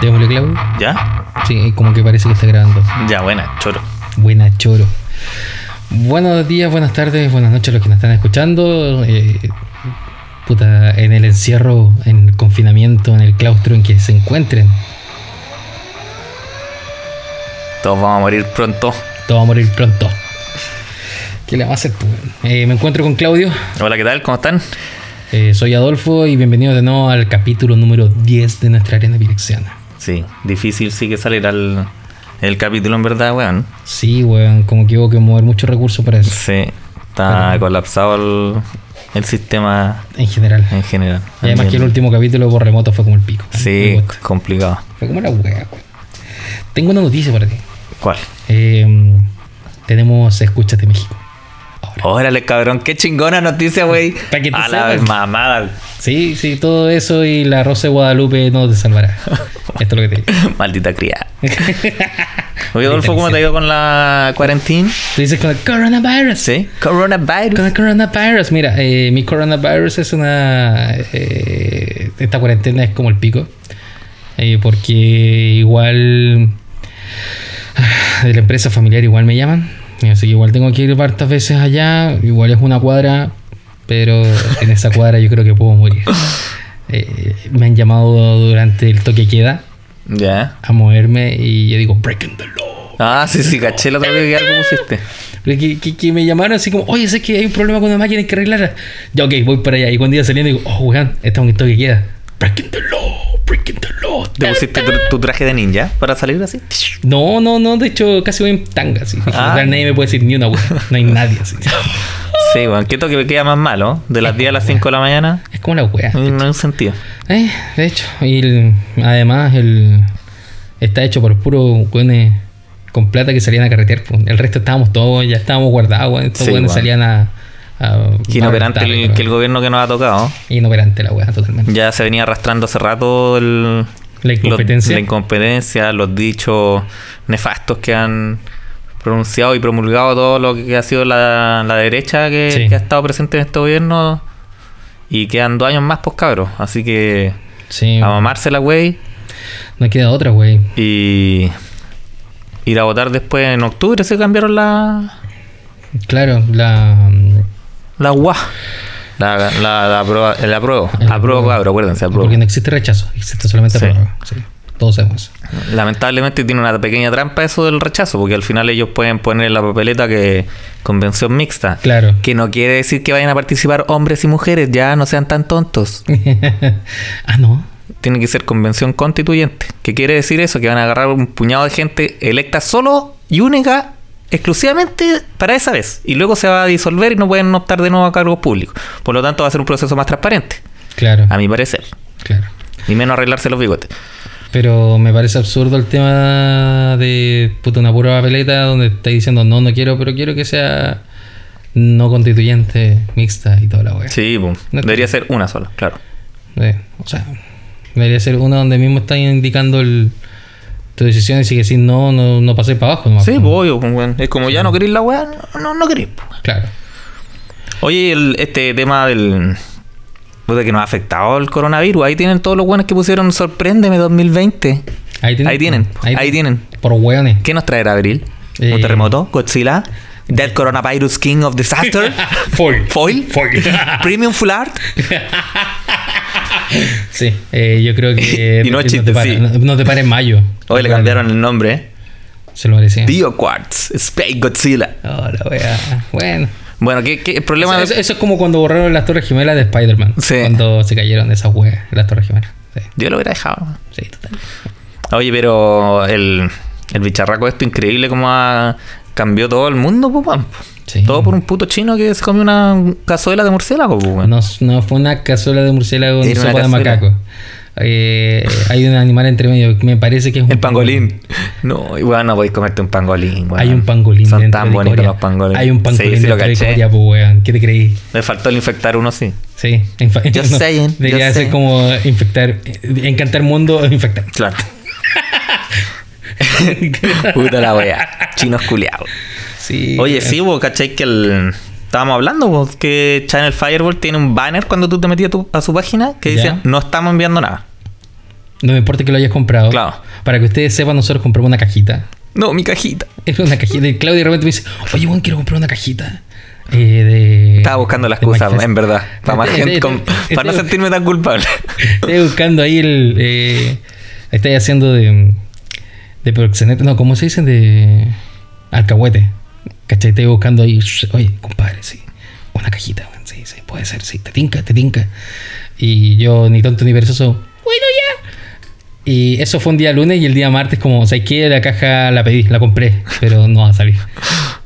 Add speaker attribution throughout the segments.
Speaker 1: Démosle, Clau.
Speaker 2: ¿Ya?
Speaker 1: Sí, como que parece que está grabando.
Speaker 2: Ya, buena, choro.
Speaker 1: Buena choro. Buenos días, buenas tardes, buenas noches a los que nos están escuchando. Eh, puta, en el encierro, en el confinamiento, en el claustro en que se encuentren.
Speaker 2: Todos vamos a morir pronto.
Speaker 1: Todo va a morir pronto. ¿Qué le vamos a hacer? pues? Eh, me encuentro con Claudio.
Speaker 2: Hola, ¿qué tal? ¿Cómo están?
Speaker 1: Eh, soy Adolfo y bienvenidos de nuevo al capítulo número 10 de nuestra arena pirexiana.
Speaker 2: Sí, difícil sí que salir al el capítulo en verdad, weón.
Speaker 1: Sí, weón, como que hubo que mover muchos recursos para eso,
Speaker 2: Sí, está colapsado el, el sistema
Speaker 1: en general.
Speaker 2: en general.
Speaker 1: Y además que el último capítulo por remoto fue como el pico.
Speaker 2: Sí, complicado.
Speaker 1: Fue como la hueá, weón. Tengo una noticia para ti.
Speaker 2: ¿Cuál?
Speaker 1: Eh, tenemos Escúchate México.
Speaker 2: Órale, cabrón, qué chingona noticia, güey.
Speaker 1: Pa' que te
Speaker 2: A la
Speaker 1: sepas.
Speaker 2: vez mamada.
Speaker 1: Sí, sí, todo eso y la Rosa de Guadalupe no te salvará. Esto es lo que te digo.
Speaker 2: Maldita cría. Oye, Adolfo, ¿cómo te ha ido con la cuarentena?
Speaker 1: Tú dices con el coronavirus.
Speaker 2: Sí. Coronavirus.
Speaker 1: Con el coronavirus, mira, eh, mi coronavirus es una... eh, esta cuarentena es como el pico. Eh, porque igual... ah, De la empresa familiar igual me llaman. Así que igual tengo que ir hartas veces allá. Igual es una cuadra. Pero en esa cuadra yo creo que puedo morir. Eh, me han llamado durante el toque queda
Speaker 2: Ya.
Speaker 1: a moverme y yo digo, breaking the law.
Speaker 2: Ah, sí, sí, caché la otra vez que algo pusiste.
Speaker 1: Pero Que, que, que me llamaron así como, oye, sé que hay un problema con una máquina, hay que arreglarla. Ya, ok, voy para allá. Y cuando iba saliendo, digo, oh, weón, está un esto que queda. Breaking the law, breaking the law.
Speaker 2: ¿Te pusiste tu, tu traje de ninja para salir así?
Speaker 1: No, no, no, de hecho, casi voy en tanga. Así. Dije,
Speaker 2: Ah.
Speaker 1: "Total, nadie me puede decir ni una, weón. No hay nadie. Así.
Speaker 2: Sí, bueno, que toque me queda más malo. De las 10 a las 5 de la mañana,
Speaker 1: Es como la wea.
Speaker 2: no hay un sentido.
Speaker 1: Eh, de hecho, y el- además, el, está hecho por puro weones con plata que salían a carretear. pues. El resto estábamos todos, ya estábamos guardados. weón. Estos
Speaker 2: Sí,
Speaker 1: weones
Speaker 2: weón.
Speaker 1: salían a. a
Speaker 2: Que inoperante
Speaker 1: a-
Speaker 2: el, que el gobierno que nos ha tocado.
Speaker 1: Inoperante la weá, totalmente.
Speaker 2: Ya se venía arrastrando hace rato el,
Speaker 1: La
Speaker 2: los-
Speaker 1: incompetencia.
Speaker 2: la incompetencia, los dichos nefastos que han pronunciado y promulgado todo lo que ha sido la, la derecha que,
Speaker 1: Sí.
Speaker 2: que ha estado presente en este gobierno. Y quedan dos años más, pues cabros. Así que
Speaker 1: Sí,
Speaker 2: a mamársela, güey.
Speaker 1: no queda otra, güey.
Speaker 2: Y ir a votar después en octubre se cambiaron la
Speaker 1: Claro, la.
Speaker 2: la UA. La, la, la aprueba, el apruebo,
Speaker 1: El apruebo.
Speaker 2: apruebo, cabro, acuérdense, apruebo.
Speaker 1: Porque no existe rechazo, existe solamente
Speaker 2: Sí.
Speaker 1: aprueba. Sí, todos sabemos.
Speaker 2: Lamentablemente tiene una pequeña trampa eso del rechazo, porque al final ellos pueden poner en la papeleta que convención mixta,
Speaker 1: Claro.
Speaker 2: que no quiere decir que vayan a participar hombres y mujeres, ya no sean tan tontos.
Speaker 1: ah, no.
Speaker 2: Tiene que ser convención constituyente, que quiere decir eso, que van a agarrar un puñado de gente electa solo y única, exclusivamente para esa vez, y luego se va a disolver y no pueden optar de nuevo a cargos públicos. Por lo tanto va a ser un proceso más transparente,
Speaker 1: Claro,
Speaker 2: a mi parecer,
Speaker 1: claro.
Speaker 2: y menos arreglarse los bigotes.
Speaker 1: Pero me parece absurdo el tema de puta una pura papeleta donde está diciendo no, no quiero, pero quiero que sea no constituyente, mixta y toda la wea.
Speaker 2: Sí, boom.
Speaker 1: No-
Speaker 2: debería ser una sola, claro.
Speaker 1: Eh, o sea, debería ser uno donde mismo están indicando el, tu decisión y si decís no, no, no pasé para abajo. nomás.
Speaker 2: Sí, pues, obvio, pues, weón. Es como ya no querís la weá, no, no querís. pues.
Speaker 1: Claro.
Speaker 2: Oye, el- este tema del. puta, que nos ha afectado el coronavirus. Ahí tienen todos los buenos que pusieron Sorpréndeme 2020.
Speaker 1: Ahí tienen.
Speaker 2: Ahí tienen, ahí tienen.
Speaker 1: Por hueones.
Speaker 2: ¿Qué nos traerá abril?
Speaker 1: Eh.
Speaker 2: ¿Un terremoto? ¿Godzilla? ¿Dead Coronavirus King of Disaster?
Speaker 1: Foil.
Speaker 2: ¿Foil?
Speaker 1: Foil.
Speaker 2: ¿Premium Full Art?
Speaker 1: Sí, eh, yo creo que.
Speaker 2: Y no es chiste,
Speaker 1: te para,
Speaker 2: sí.
Speaker 1: no, no te para en mayo.
Speaker 2: Hoy le cambiaron el nombre, ¿eh?
Speaker 1: Se lo merecían.
Speaker 2: Dio Quartz, Space Godzilla.
Speaker 1: Oh, la wea. Bueno.
Speaker 2: Bueno, ¿qué, qué el problema?
Speaker 1: Eso, eso es como cuando borraron las Torres Gemelas de Spider-Man.
Speaker 2: Sí.
Speaker 1: Cuando se cayeron esas weas, las Torres Gemelas. Sí,
Speaker 2: Yo lo hubiera dejado.
Speaker 1: sí, total.
Speaker 2: Oye, pero el, el bicharraco esto increíble como ha, cambió todo el mundo, pues, weón.
Speaker 1: Sí.
Speaker 2: Todo por un puto chino que se comió una cazuela de murciélago, pues, weón.
Speaker 1: No, no fue una cazuela de murciélago ni
Speaker 2: Era una
Speaker 1: sopa de
Speaker 2: cazuela.
Speaker 1: macaco. Eh, hay un animal entre medio. Me parece que es un.
Speaker 2: El pangolín. No, y, weón, no podéis comerte un pangolín, weón.
Speaker 1: Hay un pangolín
Speaker 2: Son
Speaker 1: dentro
Speaker 2: tan
Speaker 1: de
Speaker 2: bonitos
Speaker 1: Corea.
Speaker 2: los pangolines.
Speaker 1: Hay un pangolín
Speaker 2: Sí, sí, lo
Speaker 1: dentro de
Speaker 2: caché.
Speaker 1: Corea, pues, weón. ¿Qué te creí?
Speaker 2: Me faltó el infectar uno, sí.
Speaker 1: Sí. infa-
Speaker 2: Just saying, just
Speaker 1: Debería ser
Speaker 2: saying.
Speaker 1: como infectar, eh, encantar mundo, infectar.
Speaker 2: Claro. Puta la wea. Chinos culiados.
Speaker 1: sí.
Speaker 2: Oye, sí, vos, ¿cachai? Que el... Estábamos hablando, vos, que Channel Fireball tiene un banner cuando tú te metías a tu- a su página que
Speaker 1: Ya.
Speaker 2: dice, no estamos enviando nada.
Speaker 1: No me importa que lo hayas comprado.
Speaker 2: Claro.
Speaker 1: Para que ustedes sepan, nosotros compramos una cajita.
Speaker 2: No, mi cajita.
Speaker 1: Es una cajita. Y Claudia de repente me dice, oye, Juan, quiero comprar una cajita. eh, de,
Speaker 2: Estaba buscando las
Speaker 1: de
Speaker 2: cosas,
Speaker 1: Mac Fest".
Speaker 2: en verdad. Para, más
Speaker 1: Eh,
Speaker 2: gente
Speaker 1: eh,
Speaker 2: con-
Speaker 1: eh,
Speaker 2: para no
Speaker 1: eh,
Speaker 2: sentirme tan culpable.
Speaker 1: Estoy buscando ahí el... Eh, estoy haciendo de... De proxeneta. No, ¿cómo se dice? De... Alcahuete. ¿Cachai? Estoy buscando ahí... shh, Oye, compadre, sí. Una cajita, weón. Sí, sí, puede ser. Sí, te tinca, te tinca. Y yo, ni tonto ni perezoso... Bueno, ya. Y eso fue un día lunes y el día martes como... O sea, que la caja la pedí, la compré. Pero no va a salir.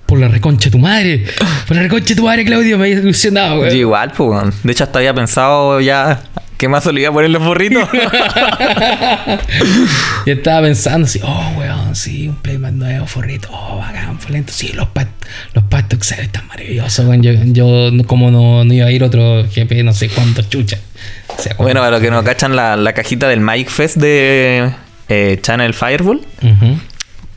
Speaker 1: Por la reconcha de tu madre. Por la reconcha de tu madre, Claudio. Me había ilusionado,
Speaker 2: Yo
Speaker 1: weón.
Speaker 2: igual, pues, weón. De hecho, hasta había pensado ya qué más le iba a poner los borritos.
Speaker 1: Yo estaba pensando así, oh, weón, sí, un Playmat nuevo, forrito, oh, bacán, lento sí, los, pat, los pastos Excel están maravillosos, weón. Yo, yo no- como no, no iba a ir otro GP, no sé cuánto chucha. O sea,
Speaker 2: bueno, para los que no cachan, la, la cajita del Mike Fest de eh, Channel Fireball.
Speaker 1: ujú.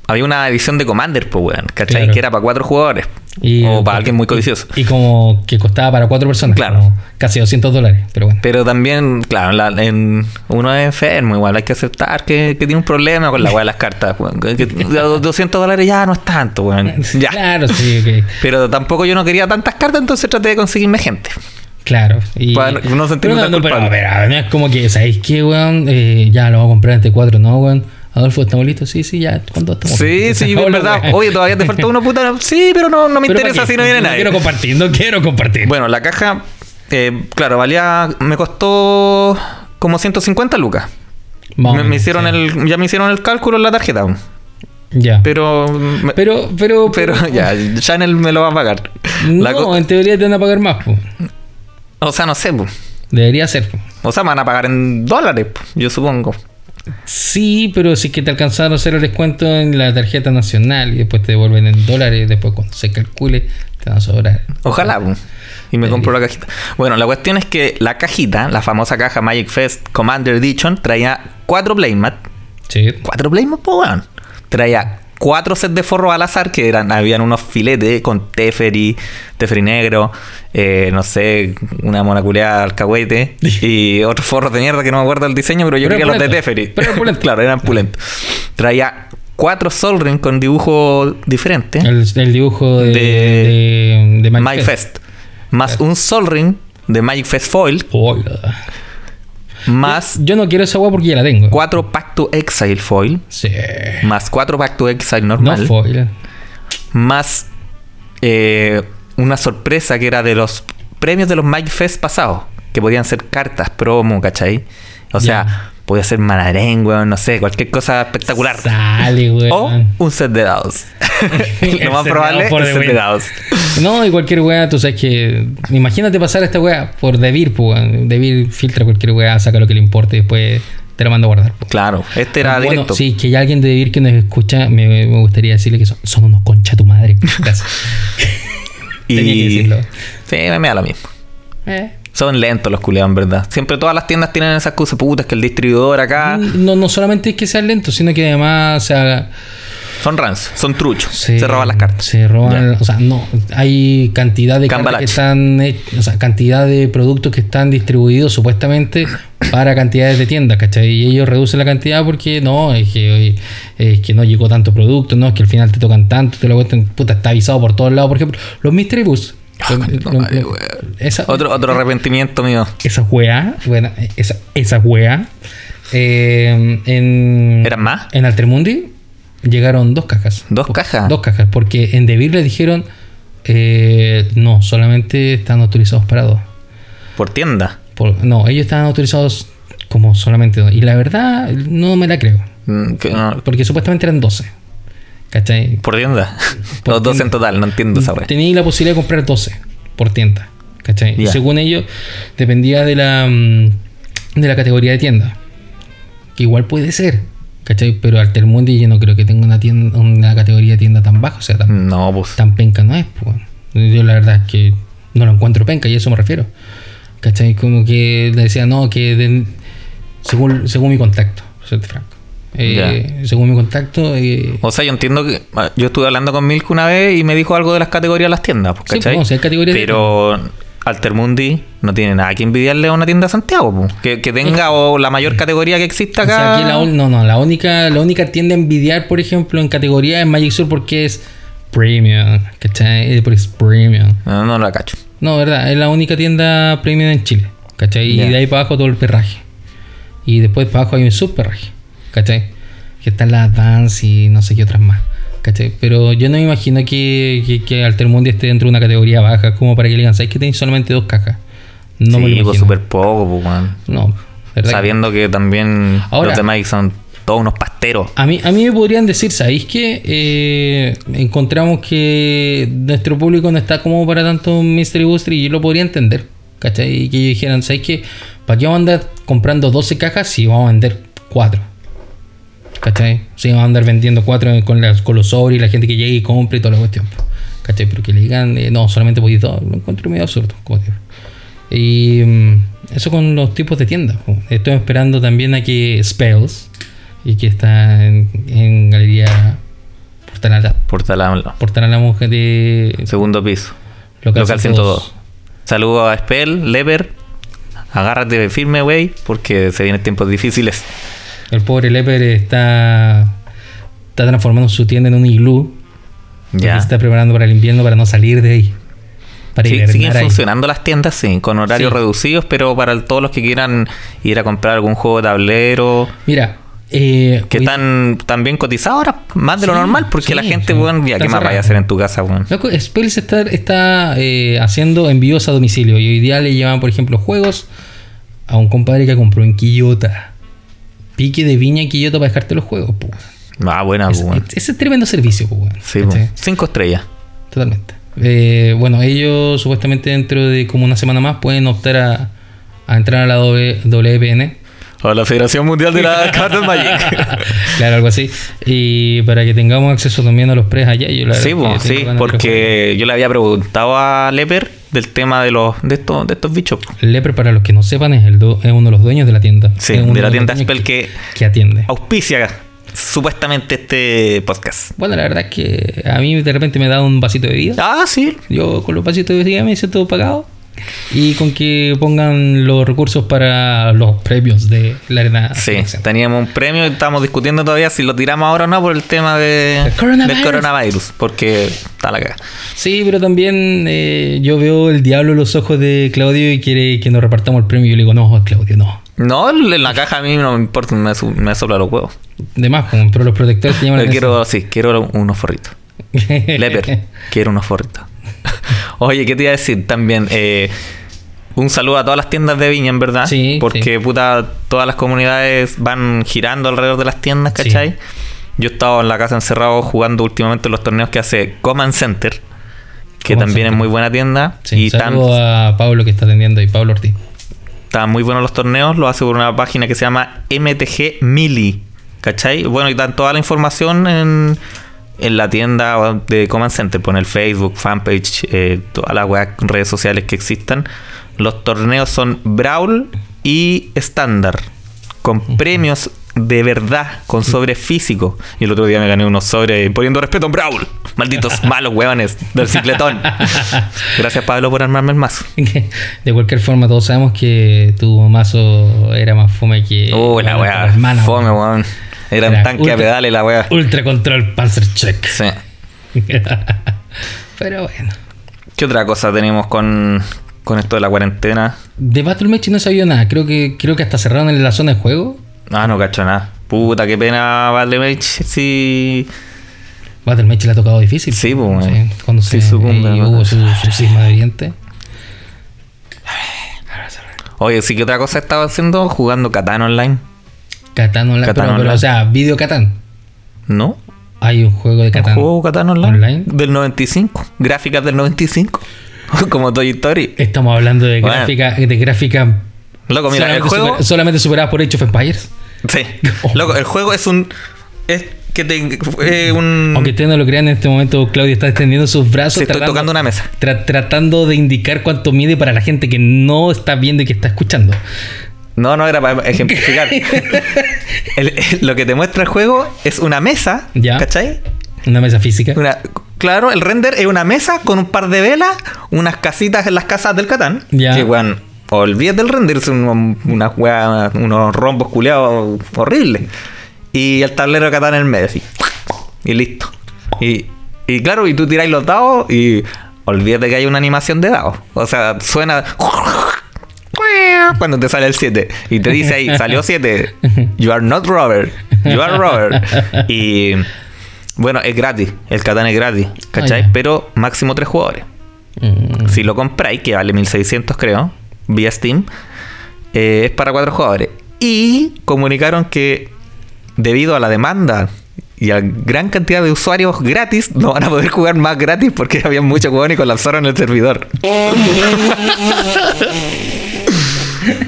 Speaker 2: Había una edición de Commander, pues, weón. ¿Cachai?
Speaker 1: Claro.
Speaker 2: Que era para cuatro jugadores.
Speaker 1: Y-
Speaker 2: o para alguien muy codicioso.
Speaker 1: Y como que costaba para cuatro personas.
Speaker 2: Claro.
Speaker 1: como Casi 200 dólares, pero bueno.
Speaker 2: Pero también, claro, la- en, uno es enfermo, igual hay que aceptar que, que tiene un problema con la weá de las cartas. weón. Que- que 200 dólares ya no es tanto, weón. Ya.
Speaker 1: Claro, sí, ok.
Speaker 2: Pero tampoco yo no quería tantas cartas, entonces traté de conseguirme gente.
Speaker 1: Claro. Y,
Speaker 2: Para no
Speaker 1: pero
Speaker 2: sentirme tan
Speaker 1: pero,
Speaker 2: culpable.
Speaker 1: pero, no es como que, ¿sabéis qué, weón? Eh, ya lo vamos a comprar entre cuatro, ¿no, weón? Adolfo, ¿estamos listos? Sí, sí, ya. ¿Cuándo estamos
Speaker 2: Sí,
Speaker 1: listos?
Speaker 2: sí,
Speaker 1: Hola,
Speaker 2: en verdad.
Speaker 1: weón.
Speaker 2: Oye, todavía te falta uno, puta. Sí, pero no, no me
Speaker 1: Pero
Speaker 2: interesa
Speaker 1: ¿para qué?
Speaker 2: si no viene
Speaker 1: no
Speaker 2: nadie.
Speaker 1: Quiero compartir, no quiero compartir.
Speaker 2: Bueno, la caja, eh, claro, valía. Me costó como 150 lucas.
Speaker 1: Más o
Speaker 2: Me, me
Speaker 1: menos,
Speaker 2: hicieron
Speaker 1: sí.
Speaker 2: el, ya me hicieron el cálculo en la tarjeta.
Speaker 1: Ya. Pero,
Speaker 2: Pero. me-
Speaker 1: pero, pero,
Speaker 2: pero ya, Chanel me lo va a pagar. La
Speaker 1: No, eh.
Speaker 2: co-
Speaker 1: en teoría te van a pagar más, po.
Speaker 2: o sea, no sé. po.
Speaker 1: Debería ser. po.
Speaker 2: O sea, me van a pagar en dólares, po, yo supongo.
Speaker 1: Sí, pero si es que te alcanzaron a hacer el descuento en la tarjeta nacional y después te devuelven en dólares, después cuando se calcule te van a sobrar.
Speaker 2: Ojalá. po. Y me compro la cajita. Bueno, la cuestión es que la cajita, la famosa caja Magic Fest Commander Edition, traía cuatro playmat.
Speaker 1: Sí.
Speaker 2: cuatro Playmobil, po, weón. Traía cuatro sets de forro al azar que eran, habían unos filetes con Teferi, Teferi negro, eh, no sé, una monaculeada alcahuete y otros forros de mierda que no me acuerdo el diseño, pero yo
Speaker 1: Pero
Speaker 2: creo que los de
Speaker 1: pulentos,
Speaker 2: Teferi.
Speaker 1: pero pulentos.
Speaker 2: claro, eran pulentos. Traía cuatro Sol Ring con dibujo diferente.
Speaker 1: El, el dibujo de,
Speaker 2: ¿Eh? De-
Speaker 1: de, de Magic
Speaker 2: Magic Fest. Más un Sol Ring de Magic Fest Foil.
Speaker 1: Oh, la-
Speaker 2: Más
Speaker 1: Yo no quiero esa agua porque ya la tengo.
Speaker 2: cuatro Pack to Exile Foil.
Speaker 1: Sí.
Speaker 2: Más cuatro Pack to Exile
Speaker 1: No
Speaker 2: normal.
Speaker 1: foil.
Speaker 2: más eh, una sorpresa que era de los premios de los Mike Fest pasados, que podían ser cartas, promo, ¿cachai? O sea,
Speaker 1: Ya.
Speaker 2: podía ser Manarén, weón, no sé, cualquier cosa espectacular.
Speaker 1: Sale, güey.
Speaker 2: O un set de dados.
Speaker 1: El
Speaker 2: Lo más
Speaker 1: set de
Speaker 2: probable
Speaker 1: dados
Speaker 2: es
Speaker 1: por
Speaker 2: un
Speaker 1: the
Speaker 2: set de
Speaker 1: win.
Speaker 2: dados.
Speaker 1: No, y cualquier weá, tú sabes que. Imagínate pasar a esta weá por Debir, pues. weón. Debir filtra cualquier weá, saca lo que le importe y después te la mando a guardar. po.
Speaker 2: Claro, este era
Speaker 1: bueno,
Speaker 2: directo.
Speaker 1: sí, que hay alguien de Debir que nos escucha, me, me gustaría decirle que son, son unos concha tu madre. este Gracias. tenía que
Speaker 2: y...
Speaker 1: decirlo.
Speaker 2: Sí, me me da lo mismo.
Speaker 1: Eh,
Speaker 2: Son lentos los culeados, en verdad. Siempre todas las tiendas tienen esas cosas putas que el distribuidor acá...
Speaker 1: No, no solamente es que sean lentos, sino que además se haga-
Speaker 2: Son rans, son truchos.
Speaker 1: se,
Speaker 2: se roban las cartas.
Speaker 1: Se roban, o sea, no, hay cantidad de cartas
Speaker 2: Cambalache.
Speaker 1: que están, hech- o sea, cantidad de productos que están distribuidos supuestamente para cantidades de tiendas, ¿cachai? Y ellos reducen la cantidad porque no, es que, oye, es que no llegó tanto producto, no, es que al final te tocan tanto, te lo cuentan, puta, está avisado por todos lados, por ejemplo, los Mystery Bus. los- los-
Speaker 2: Ah, madre,
Speaker 1: los- esa-
Speaker 2: Otro, otro arrepentimiento mío.
Speaker 1: Esa weá, bueno, esa, esa weá, eh, en,
Speaker 2: ¿Eran más?
Speaker 1: en Altermundi llegaron dos cajas.
Speaker 2: ¿Dos cajas?
Speaker 1: Dos cajas, porque en Debir le dijeron, eh, no, solamente están autorizados para dos.
Speaker 2: Por tienda.
Speaker 1: Por- no, ellos estaban autorizados como solamente dos. Y la verdad, no me la creo,
Speaker 2: Mm, que no-
Speaker 1: porque supuestamente eran 12. ¿Cachai?
Speaker 2: por tienda.
Speaker 1: Por
Speaker 2: Los dos
Speaker 1: tienda.
Speaker 2: en total, no entiendo esa wea.
Speaker 1: Teníais la posibilidad de comprar 12 por tienda. ¿Cachai? Y
Speaker 2: Ya.
Speaker 1: según ellos, dependía de la, mm, de la categoría de tienda. Que igual puede ser. ¿Cachai? Pero Altermundi yo no creo que tenga una, tienda, una categoría de tienda tan baja. O sea, tan,
Speaker 2: No, pues.
Speaker 1: tan penca no es. pues. Yo la verdad es que no lo encuentro penca y a eso me refiero. ¿Cachai? Como que le decía, no, que den- según, según mi contacto, para serte franco. Eh, Según mi contacto... eh,
Speaker 2: O sea, yo entiendo que. ah, Yo estuve hablando con Milk una vez y me dijo algo de las categorías de las tiendas, pues,
Speaker 1: Sí,
Speaker 2: ¿cachai?
Speaker 1: pues, no, si hay categorías de
Speaker 2: Pero Altermundi no tiene nada que envidiarle a una tienda de Santiago, po. que, que tenga o la mayor categoría que exista
Speaker 1: O
Speaker 2: acá.
Speaker 1: sea, aquí la, un- no, no, la única, la única tienda a envidiar, por ejemplo, en categoría es Magic Sur porque es premium, ¿cachai? Eh, Porque es premium.
Speaker 2: No, no la cacho.
Speaker 1: No, verdad, es la única tienda premium en Chile, ¿cachai?
Speaker 2: Ya.
Speaker 1: Y de ahí para abajo todo el perraje. Y después para abajo hay un subperraje, ¿cachai? Que están las Dance y no sé qué otras más, ¿cachai? Pero yo no me imagino que, que, que Altermundi esté dentro de una categoría baja, como para que le digan, ¿sabes que tenéis solamente dos cajas? No me lo
Speaker 2: sí,
Speaker 1: imagino.
Speaker 2: pues súper poco, pues, weón.
Speaker 1: No, ¿verdad? que-
Speaker 2: Sabiendo que también
Speaker 1: Ahora-
Speaker 2: los de Magic son todos unos pasteros.
Speaker 1: A mí, a mí me podrían decir, ¿sabéis qué? Eh, encontramos que nuestro público no está como para tanto Mystery Booster y yo lo podría entender, ¿cachai? Y que ellos dijeran, ¿sabéis qué? ¿Para qué vamos a andar comprando 12 cajas si vamos a vender 4? ¿Cachai? Si vamos a andar vendiendo 4 con, las- con los sobres y la gente que llegue y compre y toda la cuestión. ¿Cachai? Pero que le digan, eh, no, solamente podéis dos, lo encuentro medio absurdo, como te digo. Y mm, eso con los tipos de tiendas. po. Estoy esperando también a que Spells, y que está en, en Galería Portal Ala-
Speaker 2: Portal AMLO.
Speaker 1: Portal Álamo de
Speaker 2: Segundo piso.
Speaker 1: Local,
Speaker 2: Local 102. Saludo a Spell, Leper. Agárrate firme, güey, porque se vienen tiempos difíciles.
Speaker 1: El pobre Leper está, está transformando su tienda en un iglú. porque
Speaker 2: Ya.
Speaker 1: Se está preparando para el invierno para no salir de ahí. Para
Speaker 2: Sí,
Speaker 1: hibernar
Speaker 2: siguen
Speaker 1: ahí.
Speaker 2: funcionando las tiendas, sí, con horarios
Speaker 1: Sí.
Speaker 2: reducidos, pero para el- todos los que quieran ir a comprar algún juego de tablero,
Speaker 1: Mira, eh,
Speaker 2: que
Speaker 1: hoy-
Speaker 2: están, están bien cotizados ahora, más de lo
Speaker 1: Sí,
Speaker 2: normal, porque
Speaker 1: sí,
Speaker 2: la
Speaker 1: sí.
Speaker 2: gente, weón, ya,
Speaker 1: Está
Speaker 2: ¿qué más
Speaker 1: cerrado.
Speaker 2: vaya a hacer en tu casa, weón?
Speaker 1: Loco, Spells está, está, eh, haciendo envíos a domicilio y hoy día le llevan, por ejemplo, juegos a un compadre que compró en Quillota. Pique de viña en Quillota para dejarte los juegos, po.
Speaker 2: Ah, buena,
Speaker 1: Es-
Speaker 2: weón.
Speaker 1: es- Ese es tremendo servicio, po, weón.
Speaker 2: Sí,
Speaker 1: ¿Cachai?
Speaker 2: weón. Cinco estrellas.
Speaker 1: Totalmente. Eh, bueno, ellos supuestamente dentro de como una semana más pueden optar a, a entrar a la W- WPN.
Speaker 2: A la Federación Mundial de la Cartas Magic.
Speaker 1: claro, algo así. Y para que tengamos acceso también a los pres allá. Yo la
Speaker 2: Sí,
Speaker 1: verdad que tengo
Speaker 2: po, sí,
Speaker 1: ganas de ver
Speaker 2: porque yo le había preguntado a Leper del tema de los de estos de estos bichos. po.
Speaker 1: los juegos. Lepre, para los que no sepan, es, el du- es uno de los dueños de la tienda.
Speaker 2: Sí,
Speaker 1: Es uno
Speaker 2: de la
Speaker 1: los
Speaker 2: tienda
Speaker 1: dueños
Speaker 2: Spell que
Speaker 1: que atiende.
Speaker 2: auspicia supuestamente este podcast.
Speaker 1: Bueno, la verdad es que a mí de repente me da un vasito de bebida.
Speaker 2: Ah, sí.
Speaker 1: Yo con los pasitos de día me siento pagado. Y con que pongan los recursos para los premios de la arena.
Speaker 2: Sí, teníamos un premio y estábamos discutiendo todavía si lo tiramos ahora o no por el tema de,
Speaker 1: Del coronavirus.
Speaker 2: del coronavirus, porque está la caga.
Speaker 1: Sí, pero también eh, yo veo el diablo en los ojos de Claudio y quiere que nos repartamos el premio. Yo le digo, no, Claudio, no.
Speaker 2: No, en la caja a mí no me importa, me, su- me sopla los huevos.
Speaker 1: De más, como- pero los protectores te llaman
Speaker 2: Yo
Speaker 1: la
Speaker 2: quiero, sí, quiero unos forritos.
Speaker 1: atención.
Speaker 2: Leper, quiero unos forritos. Oye, ¿qué te iba a decir también? Eh, un saludo a todas las tiendas de viña, en verdad.
Speaker 1: Sí,
Speaker 2: Porque,
Speaker 1: sí.
Speaker 2: puta, todas las comunidades van girando alrededor de las tiendas, ¿cachai?
Speaker 1: Sí.
Speaker 2: Yo he estado en la casa encerrado jugando últimamente los torneos que hace Command Center, que
Speaker 1: Command
Speaker 2: también
Speaker 1: Center.
Speaker 2: es muy buena tienda.
Speaker 1: Sí,
Speaker 2: y tan,
Speaker 1: saludo a Pablo que está atendiendo ahí, Pablo Ortiz.
Speaker 2: están muy buenos los torneos, lo hace por una página que se llama MTG Mili. ¿Cachai? Bueno, y dan toda la información en, en la tienda de Command Center, pon el Facebook, fanpage, eh, todas las weas- redes sociales que existan. Los torneos son Brawl y estándar, con premios de verdad, con sobres físicos. Y el otro día me gané unos sobres eh, poniendo respeto en Brawl. Malditos malos huevones del cicletón. Gracias Pablo por armarme el mazo.
Speaker 1: De cualquier forma, todos sabemos que tu mazo era más fome que.
Speaker 2: Uh, la
Speaker 1: que
Speaker 2: weá.
Speaker 1: tu hermana,
Speaker 2: Fome,
Speaker 1: weón.
Speaker 2: weón. Era un
Speaker 1: Era
Speaker 2: tanque
Speaker 1: ultra-
Speaker 2: a pedales la weá.
Speaker 1: Ultra Control Panzer Check.
Speaker 2: Sí.
Speaker 1: pero bueno.
Speaker 2: ¿Qué otra cosa tenemos con, con esto de la cuarentena?
Speaker 1: De Battle Match no sabía nada. Creo que, creo que hasta cerraron en la zona de juego.
Speaker 2: Ah, no cacho nada. Puta, qué pena, Battle Mage. Sí.
Speaker 1: Battle Match le ha tocado difícil.
Speaker 2: Sí, pues, bueno.
Speaker 1: cuando
Speaker 2: Sí,
Speaker 1: se
Speaker 2: sucumbe,
Speaker 1: ahí
Speaker 2: ¿no?
Speaker 1: hubo su, su cisma de oriente.
Speaker 2: Oye, sí, ¿qué otra cosa estaba haciendo? Jugando Catán online.
Speaker 1: Catán online.
Speaker 2: Catán
Speaker 1: pero, pero,
Speaker 2: online.
Speaker 1: o sea, video Catán.
Speaker 2: ¿No?
Speaker 1: Hay un juego de Catán.
Speaker 2: ¿Juego Catán online?
Speaker 1: Online.
Speaker 2: Del 95. Gráficas del 95. Como Toy Story.
Speaker 1: Estamos hablando de
Speaker 2: Bueno.
Speaker 1: gráfica, de gráfica
Speaker 2: Loco, mira, el
Speaker 1: solamente,
Speaker 2: juego.
Speaker 1: super- solamente superada por Age of Empires.
Speaker 2: Sí. Loco, el juego es un. Es que te. eh, un.
Speaker 1: Aunque ustedes no lo crean, en este momento Claudio está extendiendo sus brazos.
Speaker 2: Sí, estoy
Speaker 1: tratando-
Speaker 2: tocando una mesa.
Speaker 1: tra- tratando de indicar cuánto mide para la gente que no está viendo y que está escuchando.
Speaker 2: No, no, era para ejemplificar. El- el- lo que te muestra el juego es una mesa,
Speaker 1: Ya.
Speaker 2: ¿cachai?
Speaker 1: Una mesa física.
Speaker 2: Una, Claro, el render es una mesa con un par de velas, unas casitas en las casas del Catán.
Speaker 1: Ya.
Speaker 2: Que, weón, olvídate del render, es un- una weá- unos rombos culeados horribles. Y el tablero de Catán en el medio, así. Y listo. Y, y claro, y tú tiráis los dados y olvídate que hay una animación de dados. O sea, suena. Cuando te sale el 7 y te dice ahí, salió 7. You are not Robert. You are Robert. Y bueno, es gratis. El Catán es gratis. ¿Cachai?
Speaker 1: Ah, ya.
Speaker 2: Pero máximo 3 jugadores.
Speaker 1: Mm,
Speaker 2: Si lo compráis, que vale 1600 creo, vía Steam, eh, es para cuatro jugadores. Y comunicaron que debido a la demanda y a gran cantidad de usuarios gratis, no van a poder jugar más gratis porque había muchos jugadores y colapsaron el servidor.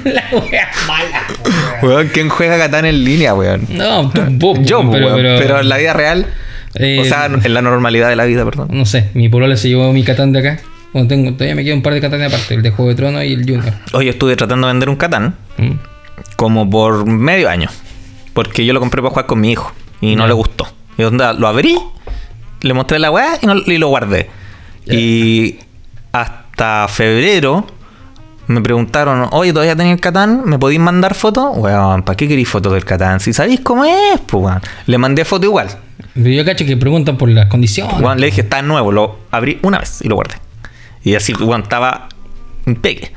Speaker 1: La wea mala.
Speaker 2: Weón, ¿quién juega Catán en línea, weón?
Speaker 1: No, tú, vos,
Speaker 2: Yo,
Speaker 1: weón,
Speaker 2: weón, pero, en la vida real,
Speaker 1: Eh,
Speaker 2: o sea, en la normalidad de la vida, perdón.
Speaker 1: No sé, mi polola se llevó mi Catán de acá. Bueno, tengo, todavía me queda un par de Catán aparte, el de Juego de Tronos y el Junior.
Speaker 2: Hoy estuve tratando de vender un Catán
Speaker 1: Mm.
Speaker 2: como por medio año. Porque yo lo compré para jugar con mi hijo y no
Speaker 1: Ya.
Speaker 2: le gustó. Y onda, lo abrí, le mostré la weá y, no- y lo guardé. Y hasta febrero me preguntaron, oye, todavía tenés el Catán, ¿me podéis mandar fotos? Weón, ¿para qué queréis fotos del Catán? Si sabéis cómo es, pues weón. Le mandé foto igual.
Speaker 1: Pero yo cacho que preguntan por las condiciones.
Speaker 2: Weón, le dije, está nuevo, lo abrí una vez y lo guardé. Y así, weón, estaba impeque.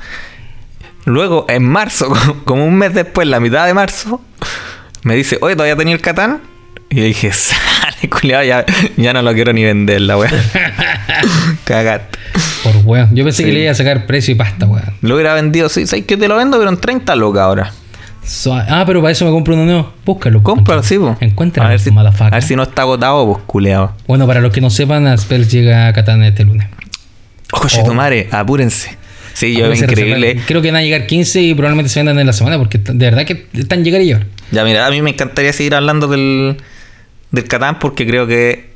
Speaker 2: Luego, en marzo, como un mes después, la mitad de marzo, me dice, oye, todavía tenía el Catán. Y yo dije, sale, culiado, ya, ya no lo quiero ni vender, la weá. Cagaste.
Speaker 1: Por weón. Yo pensé que
Speaker 2: Sí.
Speaker 1: le iba a sacar precio y pasta, weón.
Speaker 2: Lo hubiera vendido, sí, ¿sabes que te lo vendo? Pero en 30 lucas ahora.
Speaker 1: So- ah, pero para eso me compro uno nuevo. Búscalo. pues,
Speaker 2: Cómpralo, sí, po.
Speaker 1: Encuentra.
Speaker 2: A ver, si, a ver si no está agotado, pues, culiado.
Speaker 1: Bueno, para los que no sepan, Asper llega a Catán este lunes.
Speaker 2: Oye, tu madre, apúrense. Sí, yo,
Speaker 1: Ahora se
Speaker 2: increíble.
Speaker 1: reserva- Creo que van a llegar 15 y probablemente se vendan en la semana porque t- de verdad que están llegar y llevar.
Speaker 2: Ya, mira, a mí me encantaría seguir hablando del, del Catán porque creo que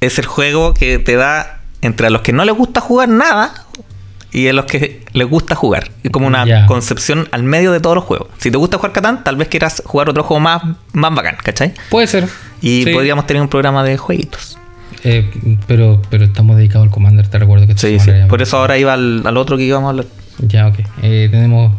Speaker 2: es el juego que te da entre a los que no les gusta jugar nada y a los que les gusta jugar. Es como una
Speaker 1: Ya.
Speaker 2: concepción al medio de todos los juegos. Si te gusta jugar Catán, tal vez quieras jugar otro juego más, más bacán, ¿cachai?
Speaker 1: Puede ser.
Speaker 2: Y
Speaker 1: Sí.
Speaker 2: podríamos tener un programa de jueguitos.
Speaker 1: Eh, pero, pero estamos dedicados al Commander, te recuerdo que esta
Speaker 2: Sí, sí.
Speaker 1: semana ya-
Speaker 2: Por eso ahora iba al, al otro que íbamos a hablar.
Speaker 1: Ya, ok. Eh, tenemos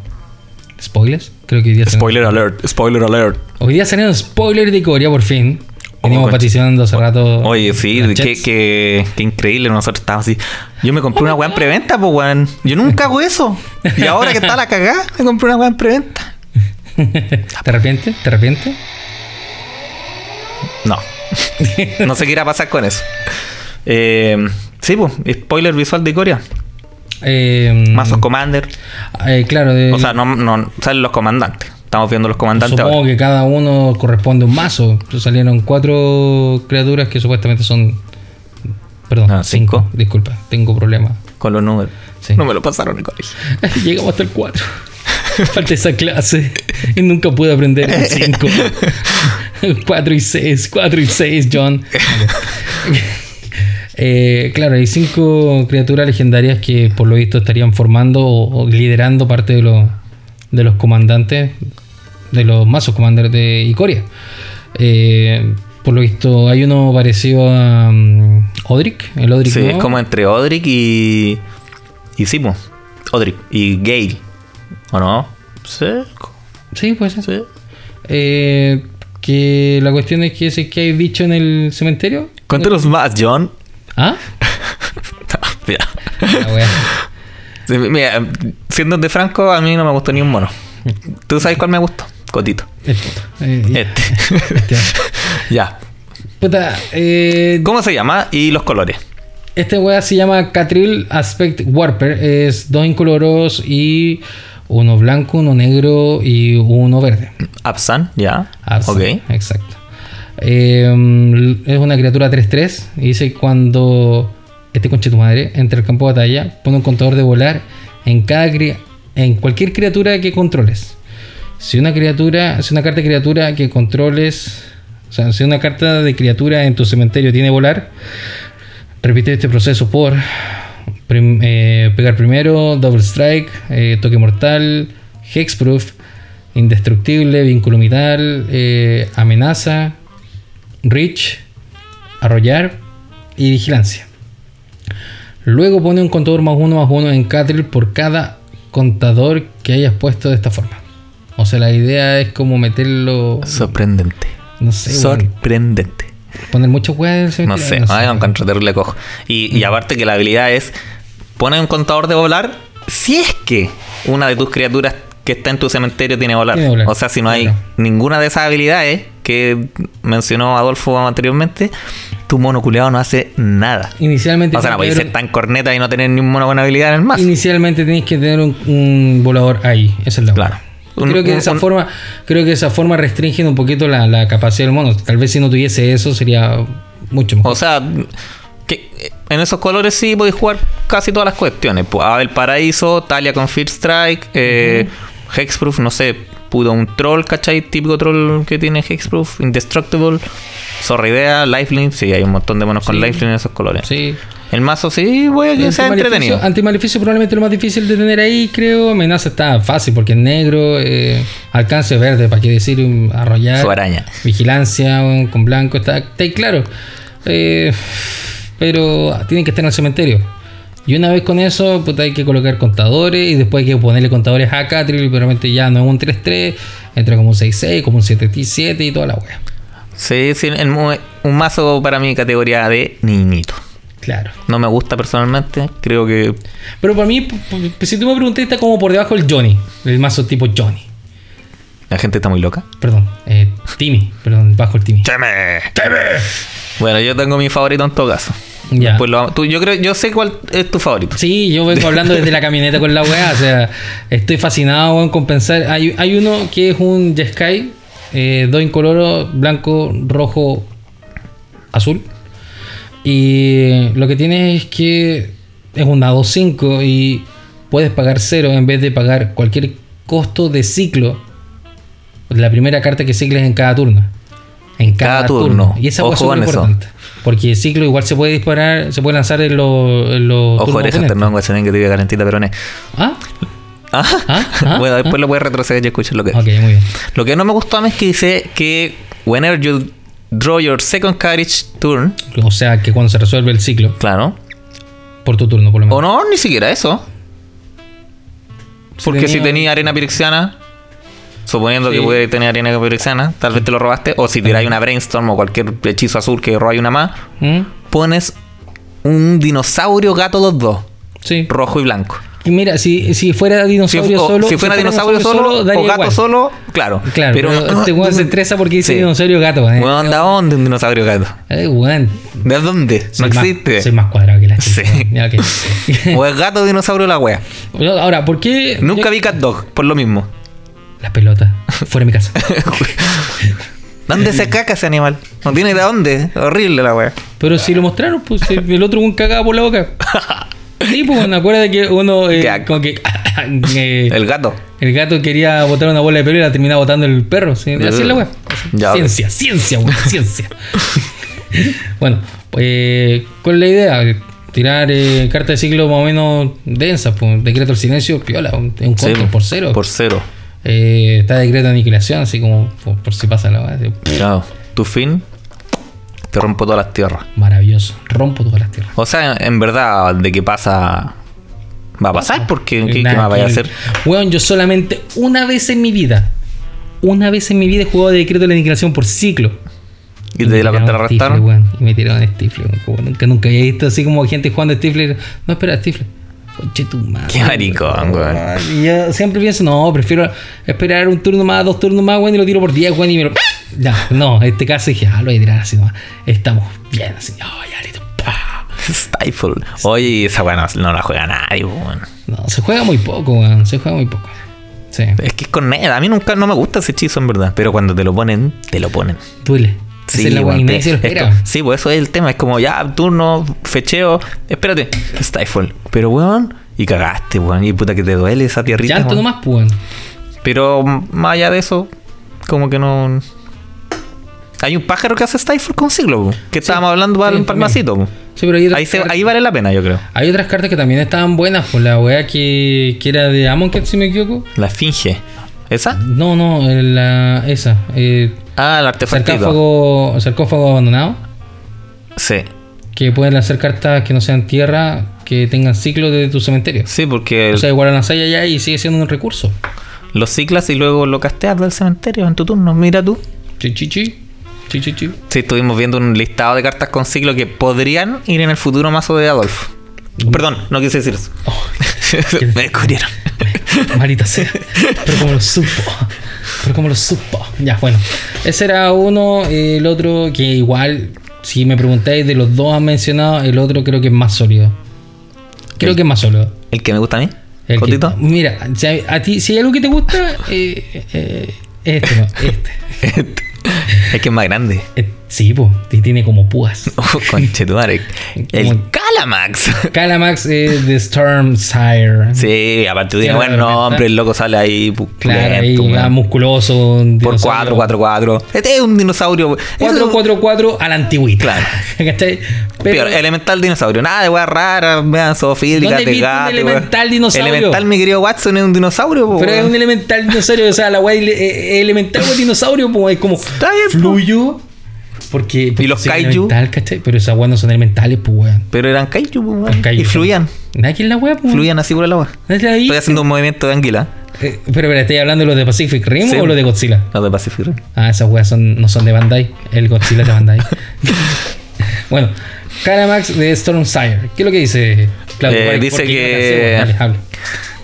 Speaker 1: spoilers. Creo que hoy día tenemos-
Speaker 2: Spoiler alert, spoiler alert.
Speaker 1: Hoy día salieron spoilers de Corea por fin.
Speaker 2: Oh,
Speaker 1: Venimos
Speaker 2: concha.
Speaker 1: paticionando hace rato.
Speaker 2: Oye, sí,
Speaker 1: las
Speaker 2: qué,
Speaker 1: chats.
Speaker 2: qué- qué increíble. Nosotros estábamos así. Yo me compré una weá en preventa, pues weón. Yo nunca hago eso. Y ahora que está la cagada, me compré una weá en preventa.
Speaker 1: ¿Te arrepientes? ¿Te arrepientes?
Speaker 2: No. No sé qué irá a pasar con eso. Eh, sí, pues, spoiler visual de Corea.
Speaker 1: Eh,
Speaker 2: Mazos Commander.
Speaker 1: eh, claro, de-
Speaker 2: O sea, no, no salen los comandantes. Estamos viendo los comandantes
Speaker 1: supongo
Speaker 2: ahora.
Speaker 1: que cada uno corresponde a un mazo. Entonces Salieron cuatro criaturas que supuestamente son. Perdón,
Speaker 2: Ah,
Speaker 1: cinco.
Speaker 2: cinco.
Speaker 1: Disculpa, tengo problemas.
Speaker 2: Con los números.
Speaker 1: Sí.
Speaker 2: No me lo pasaron en el colegio.
Speaker 1: Llegamos hasta el 4. Falta esa clase. Y nunca pude aprender el 5. 4 y 6, 4 y 6, John. Eh, claro, hay cinco criaturas legendarias que por lo visto estarían formando o, o liderando parte de, los de los comandantes, de los mazos comandantes de Icoria. Eh, por lo visto hay uno parecido a mm, Odric, el Odric.
Speaker 2: Sí, es
Speaker 1: nuevo.
Speaker 2: como entre Odric y. Y sí, pues. Odric y Gale. ¿O no? Sí.
Speaker 1: Sí, puede ser.
Speaker 2: Sí.
Speaker 1: Eh, que la cuestión es que si que hay bicho en el cementerio.
Speaker 2: Cuéntanos más, John.
Speaker 1: ¿Ah?
Speaker 2: mira.
Speaker 1: La wea.
Speaker 2: Sí, mira, siendo de franco, a mí no me gustó ni un mono. ¿Tú sabes cuál me gustó? Cotito.
Speaker 1: El puto. Eh, ya.
Speaker 2: Este.
Speaker 1: Este.
Speaker 2: ya.
Speaker 1: Puta, eh,
Speaker 2: ¿Cómo se llama? Y los colores.
Speaker 1: este wea se llama Catril Aspect Warper. Es dos incoloros y uno blanco, uno negro y uno verde.
Speaker 2: Absan, ya.
Speaker 1: Absa,
Speaker 2: Ok.
Speaker 1: Exacto. Eh, es una criatura 3-3 y dice cuando este conche tu madre entra al campo de batalla, pone un contador de volar en cada cri- en cualquier criatura que controles. Si una criatura, si una carta de criatura que controles, o sea, si una carta de criatura en tu cementerio tiene volar, repite este proceso por prim- eh, pegar primero, double strike, eh, toque mortal, hexproof, indestructible, vínculo vital, eh, amenaza, reach, arrollar, y vigilancia. Luego pone un contador más uno más uno en Catril por cada contador que hayas puesto de esta forma. O sea, la idea es como meterlo.
Speaker 2: Sorprendente.
Speaker 1: No sé, weón,
Speaker 2: Sorprendente.
Speaker 1: poner mucho weas
Speaker 2: No sé, ah, ay, no encuentro terrible cojo. Y,
Speaker 1: Mm.
Speaker 2: y aparte que la habilidad es pone un contador de volar si es que una de tus criaturas que está en tu cementerio tiene volar.
Speaker 1: Tiene volar,
Speaker 2: O sea, si no hay
Speaker 1: claro.
Speaker 2: ninguna de esas habilidades que mencionó Adolfo anteriormente, tu mono culeado no hace nada.
Speaker 1: Inicialmente.
Speaker 2: O sea,
Speaker 1: tenés
Speaker 2: no podéis
Speaker 1: que
Speaker 2: ser
Speaker 1: tener-
Speaker 2: tan corneta y no tener ni un mono con habilidad en el más.
Speaker 1: Inicialmente tenés que tener un, un volador ahí. Esa es la
Speaker 2: Claro. Un-
Speaker 1: creo que de
Speaker 2: un-
Speaker 1: esa
Speaker 2: un-
Speaker 1: forma, creo que de esa forma restringen un poquito la, la capacidad del mono. Tal vez si no tuviese eso sería mucho mejor.
Speaker 2: O sea, que en esos colores sí podéis jugar casi todas las cuestiones. Pues, Abel Paraíso, Talia con Fear Strike, eh, Hexproof, no sé, pudo un troll, ¿cachai? Típico troll que tiene Hexproof, Indestructible, Zorridea, Lifelink, sí, hay un montón de monos con Lifelink en esos colores.
Speaker 1: sí.
Speaker 2: El mazo sí, voy a que sea
Speaker 1: Antimaleficio-
Speaker 2: entretenido.
Speaker 1: Antimaleficio probablemente lo más difícil de tener ahí, creo. Amenaza está fácil porque es negro, eh, alcance verde, para qué decir, un arrollar.
Speaker 2: Su araña.
Speaker 1: Vigilancia un- con blanco, está, está ahí claro. Eh, pero ah, tienen que estar en el cementerio. Y una vez con eso, puta, hay que colocar contadores y después hay que ponerle contadores a Catril, pero realmente ya no es un 3-3, entra como un 6-6, como un 7-7 y toda la wea.
Speaker 2: Sí, sí, el mu- un mazo para mi categoría de niñito.
Speaker 1: Claro.
Speaker 2: No me gusta personalmente, creo que
Speaker 1: Pero para mí, p- p- si tú me preguntas, está como por debajo el Johnny, el mazo tipo Johnny.
Speaker 2: la gente está muy loca.
Speaker 1: Perdón, eh, Timmy, perdón, bajo el Timmy.
Speaker 2: ¡Teme! Bueno, yo tengo mi favorito en todo caso.
Speaker 1: Ya.
Speaker 2: Pues lo- tú- yo creo, yo sé cuál es tu favorito.
Speaker 1: Ah. Sí, yo vengo hablando desde la camioneta con la weá, o sea, estoy fascinado weón, con pensar. Hay, hay uno que es un Jeskai, eh, dos incoloros, blanco, rojo, azul. Y lo que tiene es que es una 2-5 y puedes pagar cero en vez de pagar cualquier costo de ciclo. La primera carta que cicles en cada turno. En cada,
Speaker 2: Cada turno.
Speaker 1: turno. Y esa hueá es
Speaker 2: Ojo
Speaker 1: súper
Speaker 2: con eso.
Speaker 1: importante. Porque el ciclo igual se puede disparar, se puede lanzar en los. en los turnos
Speaker 2: Ojo, este oreja,
Speaker 1: oponentes.
Speaker 2: ternón, guachanén, que te diga garantita, peroné.
Speaker 1: Ah,
Speaker 2: Ah,
Speaker 1: Ah, ah,
Speaker 2: bueno, después lo puedes retroceder y escuchar lo que
Speaker 1: ok, muy bien.
Speaker 2: Lo que no me gustó a mí es que dice que whenever you draw your second carriage turn,
Speaker 1: O sea, que cuando se resuelve el ciclo,
Speaker 2: claro.
Speaker 1: por tu turno, por lo menos.
Speaker 2: O no, ni siquiera eso.
Speaker 1: Si
Speaker 2: Porque si
Speaker 1: tenía-
Speaker 2: tenía arena pirexiana, suponiendo
Speaker 1: Sí.
Speaker 2: que puede tener arena pirexiana, tal vez te lo robaste. O si tiráis una brainstorm o cualquier hechizo azul que robáis una más,
Speaker 1: ¿Mm?
Speaker 2: pones un dinosaurio gato los dos,
Speaker 1: Sí.
Speaker 2: rojo y blanco.
Speaker 1: Y mira, si, si fuera
Speaker 2: Si,
Speaker 1: dinosaurio
Speaker 2: o-
Speaker 1: solo.
Speaker 2: si fuera dinosaurio solo, o
Speaker 1: daría
Speaker 2: gato
Speaker 1: igual.
Speaker 2: solo, claro.
Speaker 1: Claro, pero, este weón se estresa porque dice
Speaker 2: Sí.
Speaker 1: dinosaurio gato. Eh,
Speaker 2: Weón, ¿de dónde un dinosaurio gato?
Speaker 1: Eh, weón.
Speaker 2: ¿De dónde? No
Speaker 1: Soy más-
Speaker 2: existe.
Speaker 1: soy más cuadrado que la
Speaker 2: Sí.
Speaker 1: chica. weón. Ya, ok.
Speaker 2: O es gato dinosaurio la wea.
Speaker 1: Yo, Ahora, ¿por qué.
Speaker 2: Nunca
Speaker 1: yo-
Speaker 2: vi Cat Dog, por lo mismo.
Speaker 1: Las pelotas. Fuera de mi casa.
Speaker 2: ¿Dónde se caca ese animal? No tiene de dónde. Horrible la wea.
Speaker 1: Pero si lo mostraron, pues si el otro un cagaba por la boca. Sí, pues bueno, acuérdate que uno. eh,
Speaker 2: Ya.
Speaker 1: como que. eh,
Speaker 2: El gato.
Speaker 1: El gato quería botar una bola de pelo y la terminaba botando el perro. ¿sí? Así es la weá.
Speaker 2: Ya,
Speaker 1: Ciencia, ciencia, weón, ciencia. bueno, pues, ¿cuál es la idea? Tirar eh, carta de ciclo más o menos densa, pues, decreto del silencio, piola, un, un
Speaker 2: Sí,
Speaker 1: control por cero.
Speaker 2: Por cero.
Speaker 1: Eh, está decreto de aniquilación, así como por, por si pasa la weá. así,
Speaker 2: Claro. Tu fin, te rompo todas las tierras.
Speaker 1: Maravilloso, rompo todas las tierras.
Speaker 2: O sea, en verdad, de qué pasa. Va a pasar porque ¿qué, qué
Speaker 1: Nada
Speaker 2: más vaya a
Speaker 1: que-
Speaker 2: hacer?
Speaker 1: Weón, yo solamente una vez en mi vida, una vez en mi vida he jugado de decreto de la aniquilación por ciclo.
Speaker 2: Y te la
Speaker 1: me tiraron
Speaker 2: contrarrestaron.
Speaker 1: Stifler, weón. y me tiraron Stifle. Nunca, nunca había visto así como gente jugando Stifle. No, espera, Stifle. Conche tu madre.
Speaker 2: Qué maricón, weón.
Speaker 1: Y yo siempre pienso, no, prefiero esperar un turno más, dos turnos más, weón, y lo tiro por 10, weón, y me lo. Ya, no, en este caso dije, ah, lo voy a tirar así nomás. Estamos bien, así. ah, ya, listo. pa.
Speaker 2: Stifle. Oye, y esa weá no, no la juega nadie, weón.
Speaker 1: No, se juega muy poco, weón. Se juega muy poco. Sí.
Speaker 2: Es que es con nada. A mí nunca no me gusta ese hechizo, en verdad. Pero cuando te lo ponen, te lo ponen.
Speaker 1: Duele. Esa es la weón,
Speaker 2: weón,
Speaker 1: y nadie
Speaker 2: te-
Speaker 1: se lo
Speaker 2: es
Speaker 1: espera.
Speaker 2: como-
Speaker 1: weón.
Speaker 2: sí, pues eso es el tema. Es como ya, turno, fecheo. Espérate, Stifle. Pero, weón, y cagaste, weón. Y puta que te duele esa tierrita.
Speaker 1: Llanto
Speaker 2: weón.
Speaker 1: nomás, pues, weón.
Speaker 2: Pero mm, más allá de eso, como que no. Hay un pájaro que hace Stifle con siglo, po, que estábamos hablando para
Speaker 1: sí,
Speaker 2: el palmacito. po.
Speaker 1: Sí, pero ahí,
Speaker 2: Ahí, se- ahí vale la pena, yo creo.
Speaker 1: Hay otras cartas que también estaban buenas, por la weá que, que era de Amonkhet, si me equivoco.
Speaker 2: La finge. ¿Esa?
Speaker 1: No, no, eh, la, esa. eh,
Speaker 2: Ah, el artefactito.
Speaker 1: sarcófago, sarcófago abandonado.
Speaker 2: Sí.
Speaker 1: que pueden lanzar cartas que no sean tierra, que tengan ciclos de tu cementerio.
Speaker 2: Sí, porque
Speaker 1: O sea, igual lanzáis allá y sigue siendo un recurso.
Speaker 2: lo ciclas y luego lo casteas del cementerio en tu turno. Mira tú.
Speaker 1: Chi, chi, chi. Chi, chi, chi.
Speaker 2: Sí, estuvimos viendo un listado de cartas con ciclo que podrían ir en el futuro mazo de Adolfo. Perdón, no quise decir eso.
Speaker 1: Oh,
Speaker 2: Me descubrieron.
Speaker 1: Marita sea. Pero como lo supo. Pero como lo supo. Ya, bueno. Ese era uno. El otro que igual, si me preguntáis de los dos han mencionado, el otro creo que es más sólido. Creo que es más sólido.
Speaker 2: El que me gusta a mí.
Speaker 1: El que-
Speaker 2: Cotito.
Speaker 1: mira, si hay- a ti, si hay algo que te gusta, eh, eh, este no, este.
Speaker 2: Este. es que es más grande.
Speaker 1: Eh, sí, pues, tiene como púas.
Speaker 2: Oh, conchetumare.
Speaker 1: Como-
Speaker 2: El Calamax.
Speaker 1: Calamax es The Storm Sire.
Speaker 2: Sí, aparte
Speaker 1: Sí,
Speaker 2: tiene buen
Speaker 1: la verdad.
Speaker 2: nombre, el loco sale ahí. pu-
Speaker 1: claro, ahí,
Speaker 2: pulento,
Speaker 1: ah,
Speaker 2: weón.
Speaker 1: musculoso. un
Speaker 2: Por
Speaker 1: dinosaurio.
Speaker 2: 4, 4, 4. Este es un dinosaurio. weón. Eso-
Speaker 1: 444 a la antigüita.
Speaker 2: Claro.
Speaker 1: ¿Cachai? Pero,
Speaker 2: Peor, elemental dinosaurio. Nada de weá rara, weá zoofílica,
Speaker 1: ¿Dónde
Speaker 2: de
Speaker 1: viste un
Speaker 2: gato.
Speaker 1: elemental
Speaker 2: weón.
Speaker 1: dinosaurio?
Speaker 2: Elemental, mi querido Watson, es un dinosaurio. po,
Speaker 1: pero es
Speaker 2: weón.
Speaker 1: un elemental dinosaurio, o sea, la guay eh, elemental o dinosaurio, como es como
Speaker 2: Está bien, po.
Speaker 1: fluyo. Porque, porque
Speaker 2: los
Speaker 1: soy
Speaker 2: kaiju?
Speaker 1: elemental, ¿cachai? Pero esas guay no son elementales, pues weón.
Speaker 2: Pero eran kaiju, po, weón.
Speaker 1: Los kaiju
Speaker 2: Y
Speaker 1: son-
Speaker 2: fluían.
Speaker 1: Nadie es la weá, pues.
Speaker 2: Fluían así por el agua.
Speaker 1: Nadie la vi.
Speaker 2: Estoy haciendo un movimiento de anguila.
Speaker 1: Eh, pero, pero, ¿estáis hablando de los de Pacific Rim
Speaker 2: Sí.
Speaker 1: o los de Godzilla?
Speaker 2: Los de Pacific Rim.
Speaker 1: Ah, esas weas son, no son de Bandai. El Godzilla es de Bandai. bueno, Karamax de Stormsire. ¿Qué es lo que dice Claudio?
Speaker 2: Eh,
Speaker 1: ¿Cuál-
Speaker 2: dice
Speaker 1: por qué
Speaker 2: que-
Speaker 1: no la hacemos? Dale, habla.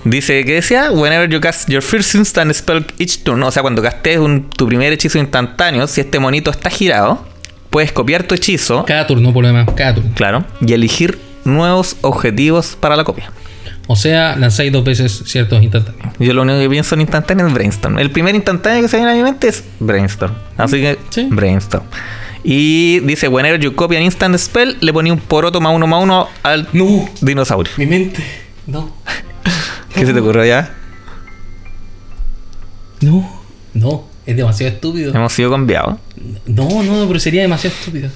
Speaker 2: Dice que decía, whenever you cast your first instant spell each turn, o sea, cuando castes un- tu primer hechizo instantáneo, si este monito está girado, puedes copiar tu hechizo,
Speaker 1: Cada turno, por lo demás. Cada turno.
Speaker 2: claro, y elegir nuevos objetivos para la copia.
Speaker 1: O sea, lanzáis dos veces ciertos instantáneos.
Speaker 2: Yo lo único que pienso en instantáneo es brainstorm. El primer instantáneo que se viene a mi mente es brainstorm. Así que
Speaker 1: Sí.
Speaker 2: brainstorm. Y dice, whenever you copy an instant spell, le ponía un poroto más uno más uno al
Speaker 1: No,
Speaker 2: dinosaurio.
Speaker 1: mi mente. No,
Speaker 2: ¿Qué se te ocurrió ya?
Speaker 1: no, no. Es demasiado estúpido.
Speaker 2: Hemos sido cambiados.
Speaker 1: No, no, pero sería demasiado estúpido.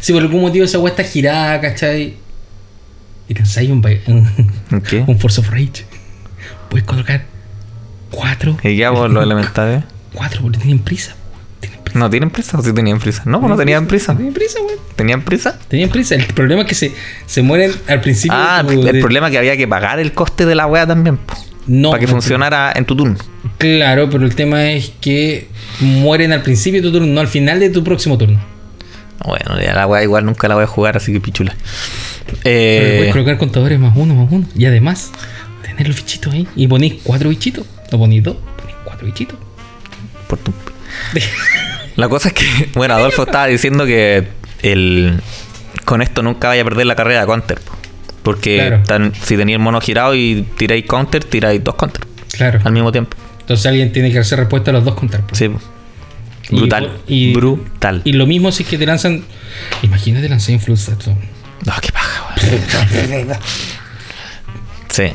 Speaker 1: Si por algún motivo esa wea está girada, ¿cachai? Y lanzáis un, ba- un,
Speaker 2: ¿Qué?
Speaker 1: un Force of Rage. Puedes colocar cuatro
Speaker 2: Y ya por los elementales.
Speaker 1: Cuatro, porque tienen prisa. po. Tienen prisa.
Speaker 2: ¿No tienen prisa o sí tenían prisa? No, pues no tenían prisa.
Speaker 1: Tenían prisa, güey.
Speaker 2: ¿Tenían prisa?
Speaker 1: Tenían prisa. El problema es que se, se mueren al principio.
Speaker 2: Ah,
Speaker 1: de tu-
Speaker 2: el
Speaker 1: pues, de-
Speaker 2: problema es que había que pagar el coste de la wea también. po,
Speaker 1: No, pues,
Speaker 2: para que
Speaker 1: no,
Speaker 2: funcionara en tu turno.
Speaker 1: Claro, pero el tema es que mueren al principio de tu turno, no al final de tu próximo turno.
Speaker 2: Bueno, ya la wea igual nunca la voy a jugar, así que pichula.
Speaker 1: Pero
Speaker 2: Eh,
Speaker 1: puedes colocar contadores más uno, más uno. Y además, tener los bichitos ahí. Y ponéis cuatro bichitos. No ponéis dos, ponéis cuatro bichitos. pues,
Speaker 2: por tu- La cosa es que, bueno, Adolfo estaba diciendo que el, con esto nunca vaya a perder la carrera de counter. po. Porque
Speaker 1: Claro.
Speaker 2: tan- si tenéis el mono girado y tiráis counter, tiráis dos counter
Speaker 1: Claro.
Speaker 2: al mismo tiempo.
Speaker 1: Entonces alguien tiene que hacer respuesta a los dos contar. pues. po.
Speaker 2: Sí. po.
Speaker 1: Y-
Speaker 2: Brutal.
Speaker 1: y-
Speaker 2: brutal.
Speaker 1: Y lo mismo si es que te lanzan. Imagínate lanzar Influxato.
Speaker 2: No, qué paja, weón. Sí.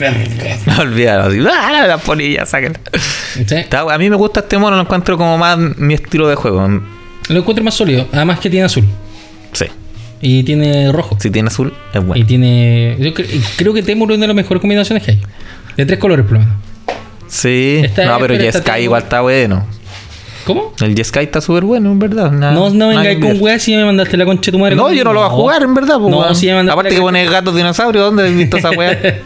Speaker 2: Olvídalo. Así, ¡Ah, la polilla, sáquenla.
Speaker 1: ¿Sí?
Speaker 2: Está- A mí me gusta este mono, lo encuentro como más mi estilo de juego.
Speaker 1: Lo encuentro más sólido. Además que tiene azul.
Speaker 2: Sí.
Speaker 1: Y tiene rojo.
Speaker 2: Si tiene azul, es
Speaker 1: Y
Speaker 2: bueno.
Speaker 1: tiene... Yo cre- y creo que Temur es una de las mejores combinaciones que hay. De tres colores por lo menos.
Speaker 2: Sí.
Speaker 1: Está-
Speaker 2: no,
Speaker 1: pero
Speaker 2: pero el
Speaker 1: está
Speaker 2: Sky
Speaker 1: todo-
Speaker 2: igual está bueno.
Speaker 1: ¿cómo?
Speaker 2: El Jeskai está súper bueno, en verdad. Nada-
Speaker 1: No, no
Speaker 2: nada
Speaker 1: vengáis
Speaker 2: que
Speaker 1: con
Speaker 2: ver.
Speaker 1: weá si ya me mandaste la concha de tu madre.
Speaker 2: Ah, No, yo no lo voy a jugar, en verdad. po,
Speaker 1: No,
Speaker 2: weón.
Speaker 1: si ya me mandaste
Speaker 2: Aparte
Speaker 1: la
Speaker 2: que
Speaker 1: cacha-
Speaker 2: pones gatos dinosaurios, ¿dónde has visto esa weá?
Speaker 1: en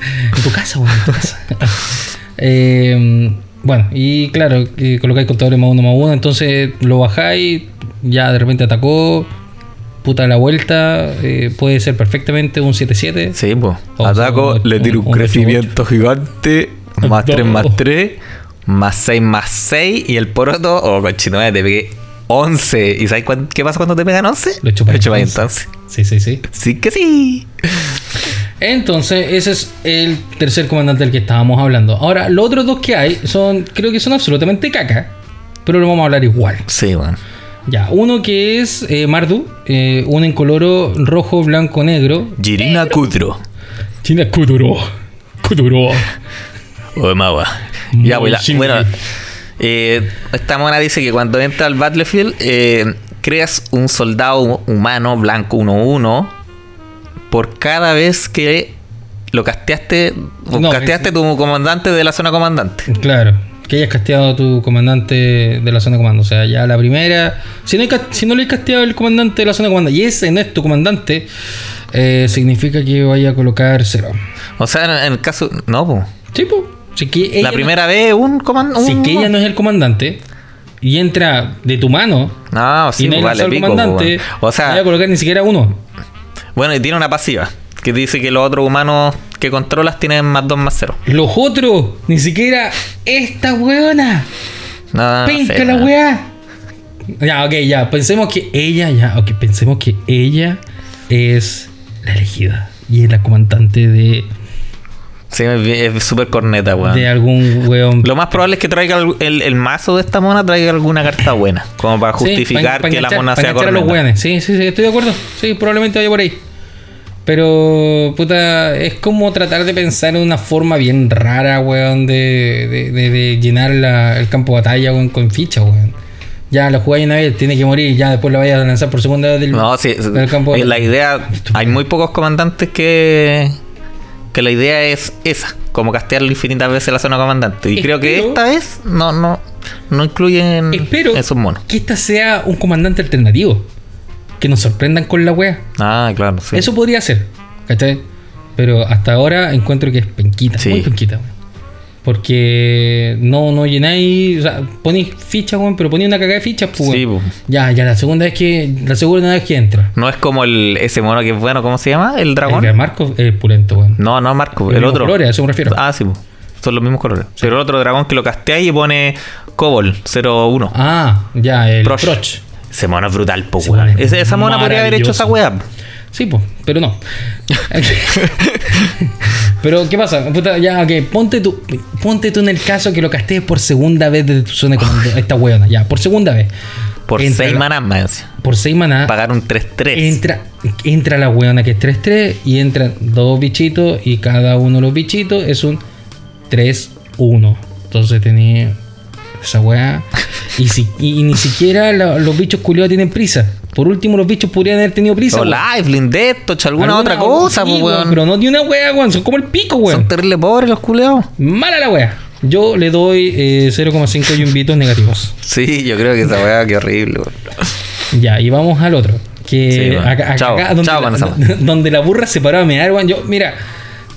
Speaker 1: tu casa, weón, en tu casa. Eh, bueno, y claro, que colocáis contadores más uno más uno, entonces lo bajáis, ya de repente atacó, puta la vuelta, eh, puede ser perfectamente un 7-7.
Speaker 2: Sí, pues.
Speaker 1: O sea,
Speaker 2: Ataco,
Speaker 1: un-
Speaker 2: le
Speaker 1: un-
Speaker 2: tiro un,
Speaker 1: un
Speaker 2: crecimiento gigante. Más
Speaker 1: No.
Speaker 2: 3, más 3. Más 6, más 6. Y el poroto, oh, cochino, te pegué 11. ¿Y sabes cuán- qué pasa cuando te pegan 11?
Speaker 1: Lo chupáis
Speaker 2: chupáis
Speaker 1: entonces.
Speaker 2: entonces.
Speaker 1: Sí, sí, sí.
Speaker 2: Sí que sí.
Speaker 1: Entonces, ese es el tercer comandante del que estábamos hablando. Ahora, los otros dos que hay son, creo que son absolutamente caca, pero lo vamos a hablar igual.
Speaker 2: Sí, bueno.
Speaker 1: Ya, uno que es eh, Mardu, eh, un incoloro rojo, blanco, negro.
Speaker 2: Girina Kudro.
Speaker 1: China Kuduro. Kuduro.
Speaker 2: O de Mawa.
Speaker 1: Muy
Speaker 2: Ya, pues, la-
Speaker 1: simple.
Speaker 2: bueno. eh, esta mona dice que cuando entra al Battlefield, eh, creas un soldado hu- humano blanco 1-1 por cada vez que lo casteaste, o
Speaker 1: No,
Speaker 2: casteaste tu comandante de la zona comandante.
Speaker 1: Claro. que hayas casteado a tu comandante de la zona de comando. O sea, ya la primera. Si no, hay cas- si no le has casteado el comandante de la zona de comando y ese no es tu comandante, eh, significa que vaya a colocar cero.
Speaker 2: O sea, en, en el caso. No, po.
Speaker 1: Tipo, si que ella
Speaker 2: La
Speaker 1: no-
Speaker 2: primera vez un comando.
Speaker 1: si que ella no es el comandante y entra de tu mano
Speaker 2: No, sí,
Speaker 1: y no
Speaker 2: pues,
Speaker 1: es
Speaker 2: vale,
Speaker 1: el
Speaker 2: pico. po,
Speaker 1: comandante,
Speaker 2: weón. O
Speaker 1: no vaya a
Speaker 2: sea,
Speaker 1: colocar ni siquiera uno.
Speaker 2: bueno, y tiene una pasiva. Que dice que los otros humanos que controlas tienen más 2 más 0.
Speaker 1: Los otros, ni siquiera esta weona.
Speaker 2: No, no
Speaker 1: Penca
Speaker 2: sé,
Speaker 1: la
Speaker 2: weón.
Speaker 1: weá. Ya, ok, ya. Pensemos que ella, ya, ok, pensemos que ella es la elegida y es la comandante de,
Speaker 2: Sí, es súper corneta, weón.
Speaker 1: de algún weón.
Speaker 2: Lo más probable es que traiga el, el- el mazo de esta mona traiga alguna carta buena, como para
Speaker 1: Sí,
Speaker 2: justificar
Speaker 1: pa- pa
Speaker 2: que la
Speaker 1: enganchar-
Speaker 2: mona
Speaker 1: pa
Speaker 2: sea
Speaker 1: enganchar a los
Speaker 2: corneta.
Speaker 1: weones. Sí, sí, sí, estoy de acuerdo. Sí, probablemente vaya por ahí. Pero, puta, es como tratar de pensar en una forma bien rara, weón, de, de, de- de llenar la- el campo de batalla, weón, con fichas, weón. Ya, la jugáis una vez, tiene que morir, ya después la vayas a lanzar por segunda vez del,
Speaker 2: No, sí,
Speaker 1: del campo de
Speaker 2: eh, la
Speaker 1: batalla.
Speaker 2: idea, hay muy pocos comandantes que que la idea es esa, como castearlo infinitas veces la zona comandante. Y creo que
Speaker 1: Espero-
Speaker 2: esta vez no no no incluyen
Speaker 1: Espero
Speaker 2: esos monos.
Speaker 1: que esta sea un comandante alternativo. Que nos sorprendan con la wea.
Speaker 2: Ah, claro, sí.
Speaker 1: Eso podría ser, ¿cachai? Pero hasta ahora encuentro que es penquita,
Speaker 2: Sí.
Speaker 1: muy penquita, weón. Porque no, no llenáis, o sea, ponéis fichas, weón, pero ponéis una cagada de fichas, pues.
Speaker 2: Sí,
Speaker 1: weón.
Speaker 2: pues.
Speaker 1: Ya, ya, la segunda vez que, la segunda vez que entra.
Speaker 2: No es como el ese mono que es bueno, ¿cómo se llama? El
Speaker 1: El
Speaker 2: dragón.
Speaker 1: de Marco es pulento, weón.
Speaker 2: No, no, Marco, el,
Speaker 1: mismo
Speaker 2: otro.
Speaker 1: color, a eso me refiero.
Speaker 2: Ah, sí, po. son los mismos colores. Pero el otro dragón que lo casteáis y pone Cobol 01.
Speaker 1: Ah, ya, el
Speaker 2: Proch.
Speaker 1: Proch.
Speaker 2: Ese mono es brutal, po,
Speaker 1: Ese
Speaker 2: weón.
Speaker 1: mono es
Speaker 2: Ese- esa mona podría haber hecho esa weá. po.
Speaker 1: Sí, pues, pero no. pero, ¿qué pasa? Puta, ya, ok, ponte tú, ponte tú en el caso que lo castees por segunda vez desde tu zona de comando. Esta weona, ya, por segunda vez.
Speaker 2: Por
Speaker 1: Entra
Speaker 2: seis
Speaker 1: la-
Speaker 2: manas más. encima.
Speaker 1: Por seis maná.
Speaker 2: Pagaron 3-3.
Speaker 1: Entra, entra la weona que es 3-3 y entran dos bichitos y cada uno de los bichitos es un 3-1. Entonces tenía esa weá. Y, si- y ni siquiera la- los bichos culiados tienen prisa. Por último, los bichos podrían haber tenido prisa.
Speaker 2: O
Speaker 1: weón.
Speaker 2: Lifeline, Death Touch, alguna otra cosa,
Speaker 1: sí,
Speaker 2: po,
Speaker 1: weón,
Speaker 2: weón.
Speaker 1: Pero no ni una wea, weón. Son como el pico,
Speaker 2: Son
Speaker 1: weón.
Speaker 2: terrible pobres los culeados.
Speaker 1: Mala la wea. Yo le doy eh, 0,5 yumbitos negativos.
Speaker 2: Sí, yo creo que esa weá, qué horrible, weón.
Speaker 1: Ya, y vamos al otro. Que
Speaker 2: Sí, bueno.
Speaker 1: acá, acá-
Speaker 2: Chao.
Speaker 1: acá donde,
Speaker 2: Chao,
Speaker 1: la,
Speaker 2: Vanessa.
Speaker 1: donde la burra se paró a mear, weón. Yo, mira,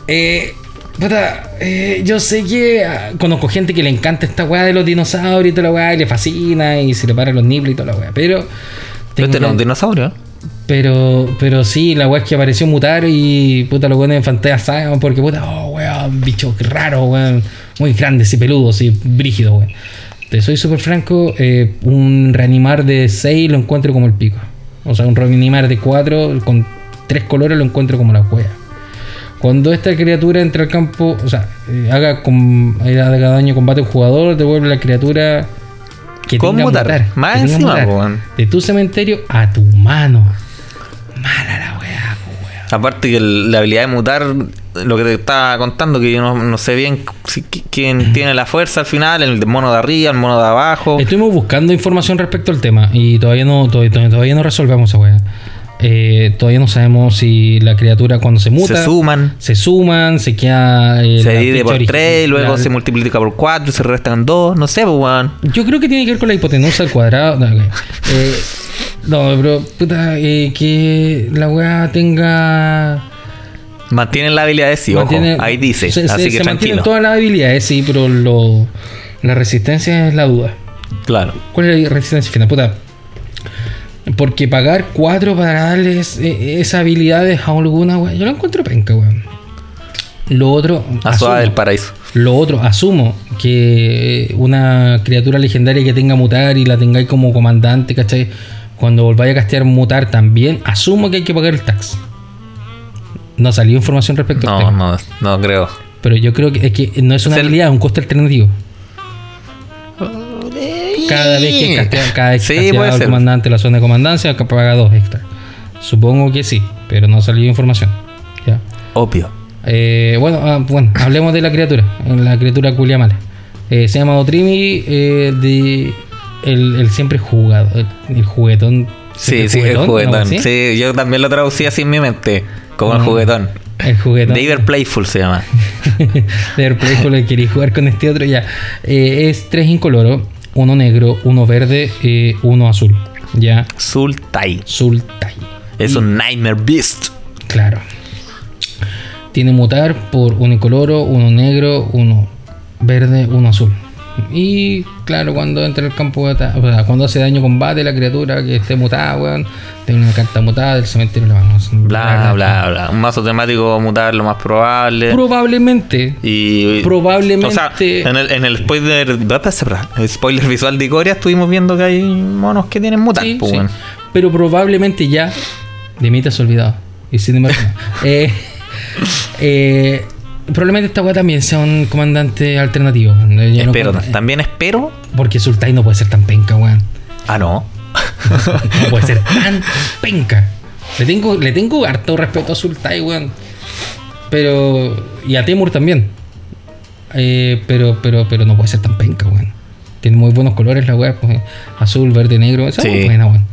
Speaker 1: eh, puta, eh, yo sé que ah, conozco gente que le encanta esta weá de los dinosaurios y toda la weá, y le fascina y se le paran los nipples y toda la weá. Pero,
Speaker 2: Pero
Speaker 1: tengo
Speaker 2: Este no es un
Speaker 1: que-
Speaker 2: dinosaurio.
Speaker 1: pero, pero sí, la weá es que apareció mutar y puta, los weones en fantasía saben porque puta, oh weón, bichos raros, weón, muy grandes y peludos y brígidos, weón. Te soy súper franco, eh, un reanimar de 6 lo encuentro como el pico. O sea, un reanimar de 4 con tres colores lo encuentro como la cueva. Cuando esta criatura entra al campo, o sea, eh, haga, com- haga daño combate a un jugador, devuelve la criatura que
Speaker 2: Con
Speaker 1: tenga
Speaker 2: mutar.
Speaker 1: mutar,
Speaker 2: Más
Speaker 1: que tenga
Speaker 2: encima,
Speaker 1: mutar,
Speaker 2: po, weón.
Speaker 1: de tu cementerio a tu mano. Mala la weá, po, weón.
Speaker 2: Aparte que el- la habilidad de mutar, lo que te estaba contando, que yo no, no sé bien si- qui- quién tiene la fuerza al final, el mono de arriba, el mono de abajo.
Speaker 1: Estuvimos buscando información respecto al tema y todavía no, todavía, todavía- todavía no resolvemos esa weá. Eh, todavía no sabemos si la criatura cuando se muta
Speaker 2: se suman.
Speaker 1: se suman, se queda. eh,
Speaker 2: Se
Speaker 1: la
Speaker 2: divide
Speaker 1: ficha
Speaker 2: por
Speaker 1: origi-
Speaker 2: 3, luego
Speaker 1: la-
Speaker 2: se multiplica por 4, se restan 2, no sé, pues, weón.
Speaker 1: Yo creo que tiene que ver con la hipotenusa al cuadrado. No, ok. Eh, no, pero puta, eh, que la weá tenga.
Speaker 2: Mantienen la habilidad de sí, ojo.
Speaker 1: mantiene-
Speaker 2: Ahí dice,
Speaker 1: se- se-
Speaker 2: así
Speaker 1: se
Speaker 2: que
Speaker 1: mantienen
Speaker 2: tranquilo.
Speaker 1: todas las habilidades, sí, pero lo- la resistencia es la duda.
Speaker 2: Claro.
Speaker 1: ¿Cuál es la resistencia final? Puta. Porque pagar 4 para darles eh, esas habilidades a alguna, weón. Yo lo encuentro penca, weón. Lo otro.
Speaker 2: A suave
Speaker 1: asumo-
Speaker 2: del paraíso.
Speaker 1: Lo otro, asumo que una criatura legendaria que tenga mutar y la tengáis como comandante, ¿cachai? Cuando volváis a castear mutar también, asumo que hay que pagar el tax. No salió información respecto al
Speaker 2: No,
Speaker 1: tema.
Speaker 2: no, no creo.
Speaker 1: Pero yo creo que, es que no es una
Speaker 2: Ser-
Speaker 1: habilidad, es un coste alternativo. Cada vez que castea, cada vez que
Speaker 2: Sí,
Speaker 1: castea
Speaker 2: puede
Speaker 1: al
Speaker 2: ser.
Speaker 1: comandante de la zona de comandancia, que paga dos extra. Supongo que sí, pero no salió información. ¿ya?
Speaker 2: Obvio.
Speaker 1: Eh, bueno, ah, bueno, hablemos de la criatura. La criatura culia mala. Eh, se llama Otrimi, eh, de el, el siempre jugado, el, el juguetón. siempre
Speaker 2: Sí, sí, el
Speaker 1: ¿algo
Speaker 2: juguetón.
Speaker 1: así? Mm.
Speaker 2: Sí, yo también lo traducía así en mi mente, como el juguetón.
Speaker 1: El juguetón.
Speaker 2: David Playful se llama.
Speaker 1: de Playful que quería jugar con este otro ya. Eh, es tres incoloro, uno negro, uno verde, eh, uno azul. Ya.
Speaker 2: Sultai.
Speaker 1: Sultai.
Speaker 2: Es un Nightmare Beast.
Speaker 1: Claro. Tiene mutar por un incoloro, uno negro, uno verde, uno azul. Y claro, cuando entra el campo de ata- o sea, cuando hace daño combate la criatura que esté mutada, weón, tiene una carta mutada del cementerio la vamos. a-
Speaker 2: Bla, bla, bla. Un mazo temático va a mutar lo más probable.
Speaker 1: Probablemente.
Speaker 2: y,
Speaker 1: probablemente-
Speaker 2: O sea, en el, en el spoiler, el spoiler visual de Icoria estuvimos viendo que hay monos que tienen mutar.
Speaker 1: sí,
Speaker 2: pues,
Speaker 1: sí.
Speaker 2: weón.
Speaker 1: Pero probablemente ya de mí te has olvidado. Y sin embargo, no. Eh, eh, probablemente esta weá también sea un comandante alternativo. weón. Yo no
Speaker 2: Espero,
Speaker 1: creo-
Speaker 2: también espero.
Speaker 1: Porque Sultai no puede ser tan penca, weón.
Speaker 2: Ah, no.
Speaker 1: No puede ser tan penca. Le tengo, le tengo harto respeto a Sultai, weón. Pero. Y a Temur también. Eh, pero, pero, pero no puede ser tan penca, weón. Tiene muy buenos colores la weá, pues, azul, verde, negro. Esa
Speaker 2: Sí.
Speaker 1: weá es buena, weón.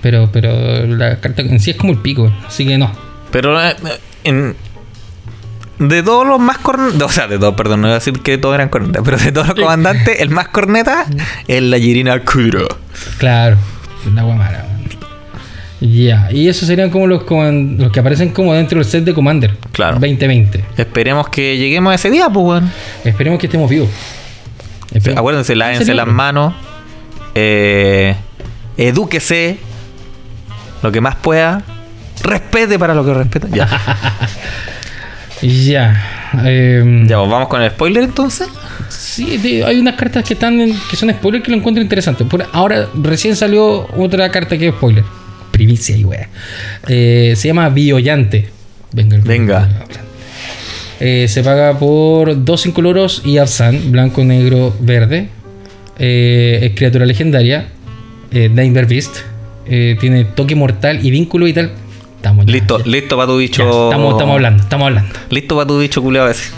Speaker 1: Pero, pero la carta en sí es como el pico, weón. Así que no.
Speaker 2: Pero eh, en- de todos los más cornetas, o sea, de todos, perdón, no iba a decir que todos eran cornetas, pero de todos los comandantes, el más corneta es la Yirina Kuro.
Speaker 1: Claro, una weá mala, weón. Ya, y esos serían como los, coman- los que aparecen como dentro del set de Commander.
Speaker 2: Claro.
Speaker 1: 2020.
Speaker 2: Esperemos que lleguemos a ese día, pues, weón.
Speaker 1: Esperemos que estemos vivos. Esperemos.
Speaker 2: Acuérdense, lávense
Speaker 1: serio?
Speaker 2: las manos, eh, edúquese lo que más pueda, respete para lo que respete. Ya,
Speaker 1: Ya. em,
Speaker 2: ya, pues, vamos con el spoiler entonces.
Speaker 1: Sí, de- hay unas cartas que están en- que son spoiler que lo encuentro interesante. Por ahora recién salió otra carta que es spoiler. Primicia y wea. Eh, se llama Biollante. Venga. el-
Speaker 2: Venga.
Speaker 1: Eh, se paga por dos incoloros y Absan, blanco, negro, verde. Eh, es criatura legendaria. Eh, Nightmare Beast. Eh, tiene toque mortal y vínculo y tal. Estamos ya-
Speaker 2: Listo,
Speaker 1: ya-
Speaker 2: listo para tu
Speaker 1: ya,
Speaker 2: bicho.
Speaker 1: estamos, estamos hablando, estamos hablando.
Speaker 2: Listo para tu bicho culeado ese.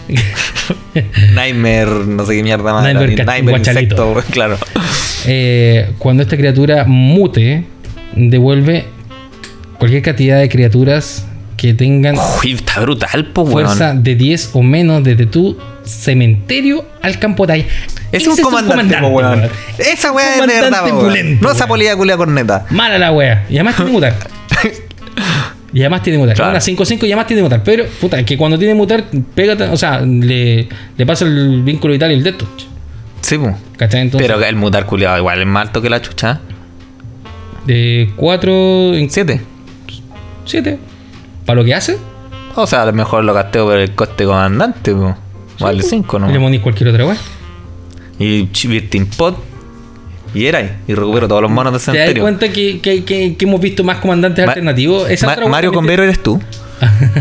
Speaker 2: Nightmare, no sé qué mierda más.
Speaker 1: Nightmare
Speaker 2: era,
Speaker 1: cat-
Speaker 2: Nightmare
Speaker 1: guachalito.
Speaker 2: insecto, weón, claro.
Speaker 1: Eh, cuando esta criatura mute, devuelve cualquier cantidad de criaturas que tengan
Speaker 2: Uy, está brutal, po, Oh, weón.
Speaker 1: fuerza de 10 o menos desde tu cementerio al campo de ahí.
Speaker 2: Es un comandante, po, weón. Esa weá es de
Speaker 1: Comandante
Speaker 2: verdad, po, weón.
Speaker 1: pulento,
Speaker 2: No esa
Speaker 1: weón.
Speaker 2: polilla culia corneta.
Speaker 1: Mala la wea. Y además tiene mutar. Y además tiene mutar.
Speaker 2: Claro.
Speaker 1: Una 5-5 y además tiene mutar. Pero, puta, es que cuando tiene mutar, pega, ta- o sea, le, le pasa el vínculo vital y el death touch.
Speaker 2: Sí, po.
Speaker 1: ¿Cachai? Entonces,
Speaker 2: Pero el mutar culiado igual es más alto que la chucha.
Speaker 1: de 4 en
Speaker 2: Siete.
Speaker 1: 7. ¿Para lo que hace?
Speaker 2: O sea, a lo mejor lo gasteo por el coste comandante, po. Vale
Speaker 1: Sí,
Speaker 2: cinco,
Speaker 1: Le
Speaker 2: ¿no?
Speaker 1: monís cualquier otra wea.
Speaker 2: Y Virtin Pot. Y era ahí. Y recupero todos los monos del
Speaker 1: ¿Te das
Speaker 2: cementerio.
Speaker 1: cuenta que, que- que- que hemos visto más comandantes
Speaker 2: Ma-
Speaker 1: alternativos? Esa
Speaker 2: Ma-
Speaker 1: otra wea
Speaker 2: Mario
Speaker 1: también
Speaker 2: Convero eres tú.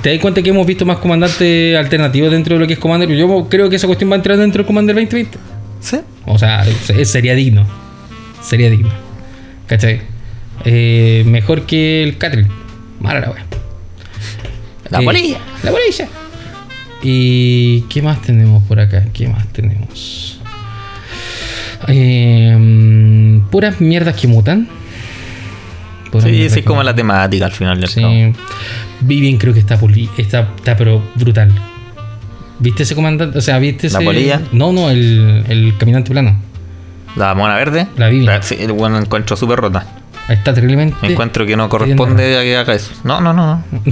Speaker 1: te- ¿Te das cuenta que hemos visto más comandantes alternativos dentro de lo que es Commander? Yo creo que esa cuestión va a entrar dentro del Commander 2020.
Speaker 2: Sí.
Speaker 1: O sea, se- sería digno. Sería digno. ¿Cachai? Eh, mejor que el Catril. Mala la wea.
Speaker 2: La
Speaker 1: Eh,
Speaker 2: polilla.
Speaker 1: La bolilla. ¿Y qué más tenemos por acá? ¿Qué más tenemos? Eh, puras mierdas que mutan. Puras
Speaker 2: Sí,
Speaker 1: mierdas
Speaker 2: sí,
Speaker 1: que
Speaker 2: es como la
Speaker 1: mutan.
Speaker 2: temática al final del cabo.
Speaker 1: Sí. Vivian creo que está, poli- está, está pero brutal. ¿Viste ese comandante? O sea, ¿viste
Speaker 2: ¿La
Speaker 1: ese...?
Speaker 2: polilla?
Speaker 1: No, no, el, el caminante plano.
Speaker 2: La mona verde.
Speaker 1: La Vivi.
Speaker 2: sí, el buen encuentro súper rota.
Speaker 1: Está terriblemente...
Speaker 2: Encuentro que no corresponde a que haga eso. No, no, no. no.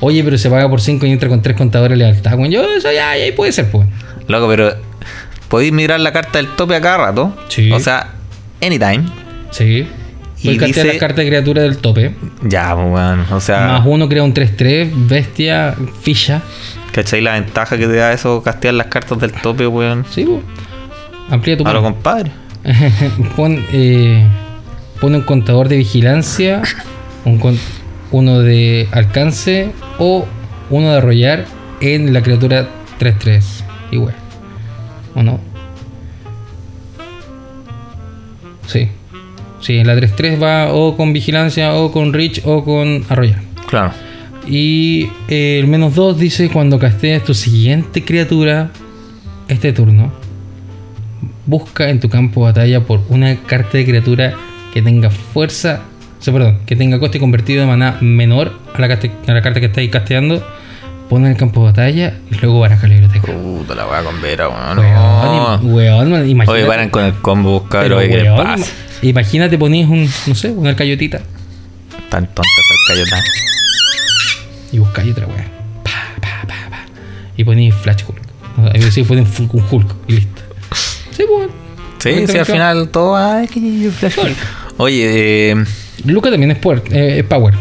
Speaker 1: Oye, pero se paga por 5 y entra con 3 contadores de lealtad. Bueno, yo eso ya, ya puede ser, pues.
Speaker 2: Loco, pero podéis mirar la carta del tope a cada rato.
Speaker 1: Sí.
Speaker 2: O sea, anytime.
Speaker 1: Sí.
Speaker 2: Y
Speaker 1: Y
Speaker 2: dice-
Speaker 1: las cartas de criatura del tope.
Speaker 2: Ya, pues, weón. O sea,
Speaker 1: Más uno crea un 3-3, bestia, ficha.
Speaker 2: ¿cachai la ventaja que te da eso castear las cartas del tope, weón?
Speaker 1: Sí, po. Amplía tu
Speaker 2: A lo
Speaker 1: mano.
Speaker 2: compadre.
Speaker 1: Pon, eh, pone un contador de vigilancia, un con- uno de alcance o uno de arrollar en la criatura 3-3. Igual. ¿O no? Sí. Sí, en la 3-3 va o con vigilancia o con reach o con arrollar.
Speaker 2: Claro.
Speaker 1: Y eh, el menos 2 dice cuando casteas tu siguiente criatura este turno. Busca en tu campo de batalla por una carta de criatura que tenga fuerza o sea, perdón, que tenga coste convertido de maná menor a la, caste- a la carta que estáis casteando, pone en el campo de batalla y luego baraja la biblioteca.
Speaker 2: Puta la weá con Vera, weón.
Speaker 1: Weón,
Speaker 2: No.
Speaker 1: im- weón, man, imagínate.
Speaker 2: Oye, paran con el combo,
Speaker 1: pero,
Speaker 2: cabrón. ¿Qué les
Speaker 1: weón,
Speaker 2: pasa?
Speaker 1: imagínate ponías un, no sé, una cayotita
Speaker 2: Tan tonta esa cayota.
Speaker 1: y buscáis otra weá. Pa, pa, pa, pa. Y ponías Flash Hulk. O sea, sí, ponen fu- un Hulk y listo. Sí, pues, weón.
Speaker 2: Sí, sí, al final todo. Ay, que flash.
Speaker 1: Sol.
Speaker 2: Oye, eh,
Speaker 1: Luca también es, power. eh, es power.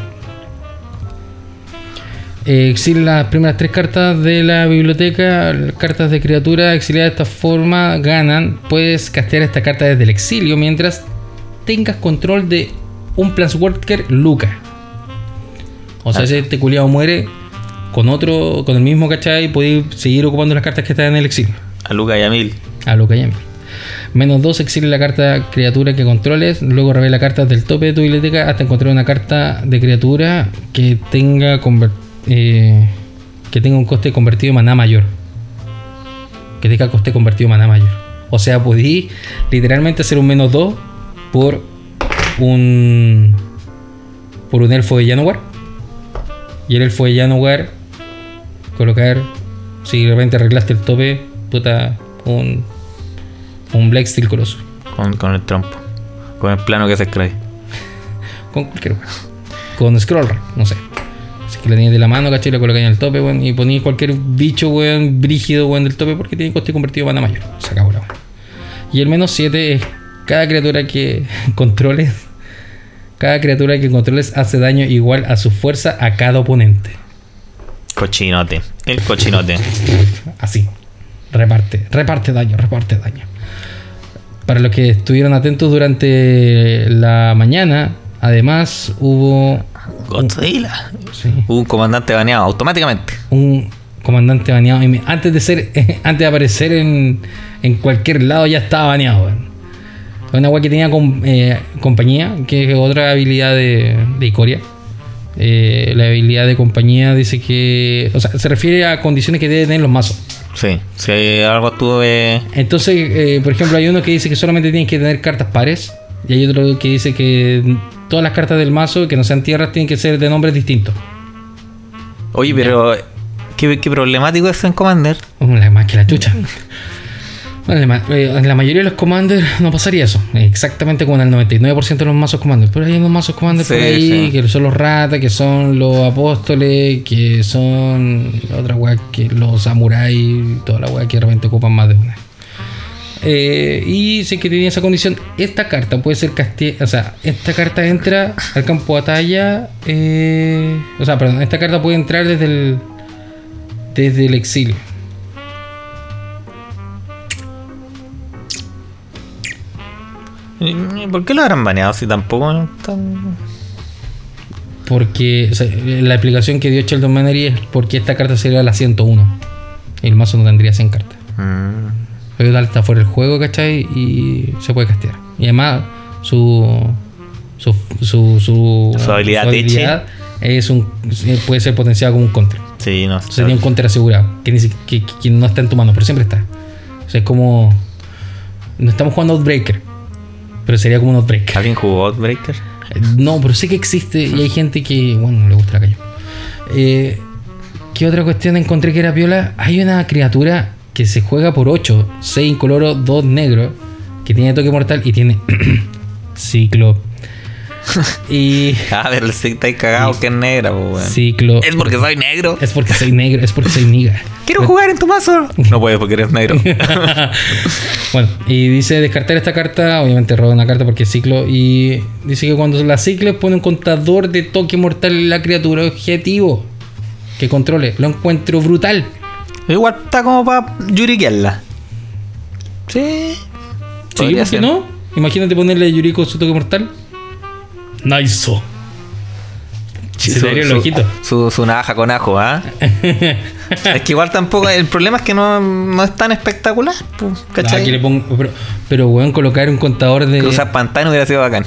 Speaker 1: Eh, exil las primeras tres cartas de la biblioteca, las cartas de criatura exiliadas de esta forma ganan. Puedes castear esta carta desde el exilio mientras tengas control de un Planswalker Luca. O sea, si este culiado muere con otro, con el mismo, ¿cachai? Podéis seguir ocupando las cartas que están en el exilio.
Speaker 2: a Luca y a Mil.
Speaker 1: A lo que llame. Menos 2 exile la carta criatura que controles, luego revela cartas del tope de tu biblioteca hasta encontrar una carta de criatura que tenga conver- eh, que tenga un coste convertido en maná mayor. Que tenga coste convertido en maná mayor. O sea, podí literalmente hacer un menos 2 por un por un elfo de Janowar. Y el elfo de Janowar colocar si de repente arreglaste el tope, puta un un Black Steel Coloso.
Speaker 2: Con, con el trompo. Con el plano que se escribe.
Speaker 1: Con cualquier weón. Con scroll rack, no sé. Así que la tenías de la mano, caché, la colocáis en el tope, weón. Y ponías cualquier bicho, weón, brígido, weón, del tope, porque tiene coste convertido en mana mayor. Se acabó la weón. Y el menos 7 es cada criatura que controles. Cada criatura que controles hace daño igual a su fuerza a cada oponente.
Speaker 2: Cochinote. El cochinote.
Speaker 1: Así. Reparte, reparte daño, reparte daño. Para los que estuvieron atentos durante la mañana, además hubo
Speaker 2: Godzilla.
Speaker 1: sí,
Speaker 2: Hubo un comandante baneado automáticamente.
Speaker 1: un comandante baneado. Y me- Antes de ser, antes de aparecer en, en cualquier lado ya estaba baneado. weón. Una weá que tenía com- eh, compañía, que es otra habilidad de, de Icoria. Eh, la habilidad de compañía dice que. O sea, se refiere a condiciones que deben tener los mazos.
Speaker 2: Sí. Si algo estuve.
Speaker 1: Entonces, eh, por ejemplo, hay uno que dice que solamente tienes que tener cartas pares. Y hay otro que dice que todas las cartas del mazo que no sean tierras tienen que ser de nombres distintos.
Speaker 2: Oye, pero. ¿qué, qué problemático es en Commander.
Speaker 1: Uh, la- más que la chucha. Bueno, la ma- eh, en la mayoría de los commanders no pasaría eso. Exactamente como en el 99% de los mazos commander. Pero hay unos mazos commander por
Speaker 2: Sí,
Speaker 1: ahí
Speaker 2: sí.
Speaker 1: que son los ratas, que son los apóstoles, que son la otra weá que los samuráis, toda la weá que realmente ocupan más de una. Eh, y si es que tiene esa condición, esta carta puede ser caste O sea, esta carta entra al campo de batalla. eh, o sea, perdón, esta carta puede entrar desde el, desde el exilio.
Speaker 2: ¿Y ¿Por qué lo habrán baneado si tampoco están.?
Speaker 1: Porque o sea, la explicación que dio Sheldon Mannery es porque esta carta sería la 101. El mazo no tendría 100 cartas.
Speaker 2: Mm.
Speaker 1: Pero tal está fuera del juego, ¿cachai? Y se puede castear. Y además, su. Su, su, su,
Speaker 2: Su habilidad de
Speaker 1: es un, eh, puede ser potenciada como un counter.
Speaker 2: Sí, no sé.
Speaker 1: Sería un counter asegurado. Que, ni si- que- que- que no está en tu mano, pero siempre está. O sea, es como. No estamos jugando Outbreaker. Pero sería como un Outbreaker.
Speaker 2: ¿Alguien jugó Outbreaker?
Speaker 1: No, pero sé que existe y hay gente que, bueno, no le gusta la calle. Eh, ¿Qué otra cuestión encontré que era piola? Hay una criatura que se juega por 8, 6 incoloro, 2 negro, que tiene toque mortal y tiene ciclo. Y
Speaker 2: Ah, pero el Sig está cagado que es negra, pues, weón.
Speaker 1: ciclo.
Speaker 2: Es porque soy negro.
Speaker 1: Es porque soy negro, es porque soy niga.
Speaker 2: Quiero jugar en tu mazo. No puedes porque eres negro.
Speaker 1: bueno, y dice descartar esta carta, obviamente roba una carta porque es ciclo, y dice que cuando la cicles pone un contador de toque mortal en la criatura objetivo que controle. Lo encuentro brutal.
Speaker 2: Igual está como para yuriquearla. Sí.
Speaker 1: Sí, ¿por qué no? Imagínate ponerle a Yuriko su toque mortal. Nice. Se te abrió el ojito.
Speaker 2: Su, su navaja con ajo, ¿ah? es que igual tampoco. El problema es que no, no es tan espectacular, pues,
Speaker 1: Ah,
Speaker 2: ¿cachai?
Speaker 1: aquí le pongo- pero, pero weón, colocar un contador de.
Speaker 2: Cruzar pantano hubiera sido bacán.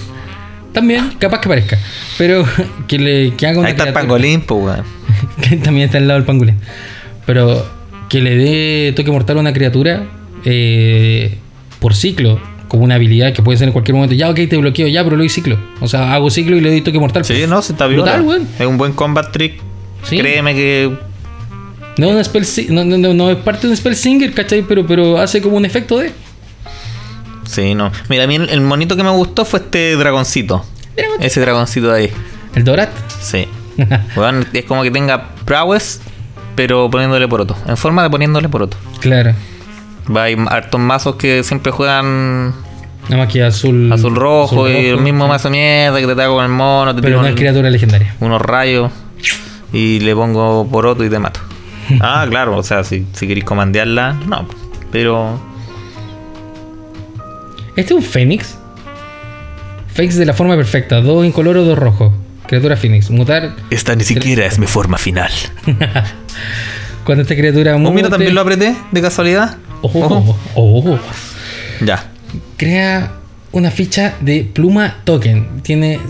Speaker 1: También, capaz que parezca. Pero que le que haga una
Speaker 2: Ahí está el
Speaker 1: criatura-
Speaker 2: pangolín, pues, weón.
Speaker 1: que también está al lado del pangolín. Pero que le dé toque mortal a una criatura eh, por ciclo, como una habilidad que puede ser en cualquier momento. Ya, ok, te bloqueo, ya, pero le doy ciclo. O sea, hago ciclo y le doy toque mortal. pues.
Speaker 2: Sí, no, se está bien.
Speaker 1: Brutal, weón.
Speaker 2: Es un buen combat trick.
Speaker 1: Sí.
Speaker 2: Créeme que.
Speaker 1: No, es una spell si- no, no, no, no es parte de un spell singer, ¿cachai? Pero, pero hace como un efecto de.
Speaker 2: Sí, no. Mira, a mí el, el monito que me gustó fue este dragoncito.
Speaker 1: Dragoncito.
Speaker 2: Ese dragoncito de ahí.
Speaker 1: El Dorat.
Speaker 2: Sí. Weón, es como que tenga prowess, pero poniéndole poroto. En forma de poniéndole poroto.
Speaker 1: claro.
Speaker 2: Va, Hay hartos mazos que siempre juegan
Speaker 1: Nada más que azul.
Speaker 2: azul rojo
Speaker 1: Mm, azul
Speaker 2: y el
Speaker 1: rojo.
Speaker 2: mismo mazo mierda que te ataca con el mono, te
Speaker 1: Pero
Speaker 2: tira
Speaker 1: no es
Speaker 2: un-
Speaker 1: criatura legendaria.
Speaker 2: unos rayos y le pongo poroto y te mato. Ah, claro, o sea, si, si queréis comandearla, no. Pero
Speaker 1: Este es un Fénix. Fénix de la forma perfecta. Dos incoloro, dos rojo. Criatura Fénix. Mutar.
Speaker 2: esta ni siquiera es mi forma final.
Speaker 1: Cuando esta criatura
Speaker 2: ¿Un Oh, mira
Speaker 1: mute- Oh,
Speaker 2: también lo Oh. apreté de casualidad?
Speaker 1: Ojo, ojo.
Speaker 2: Ya.
Speaker 1: Crea una ficha de pluma token. Tiene.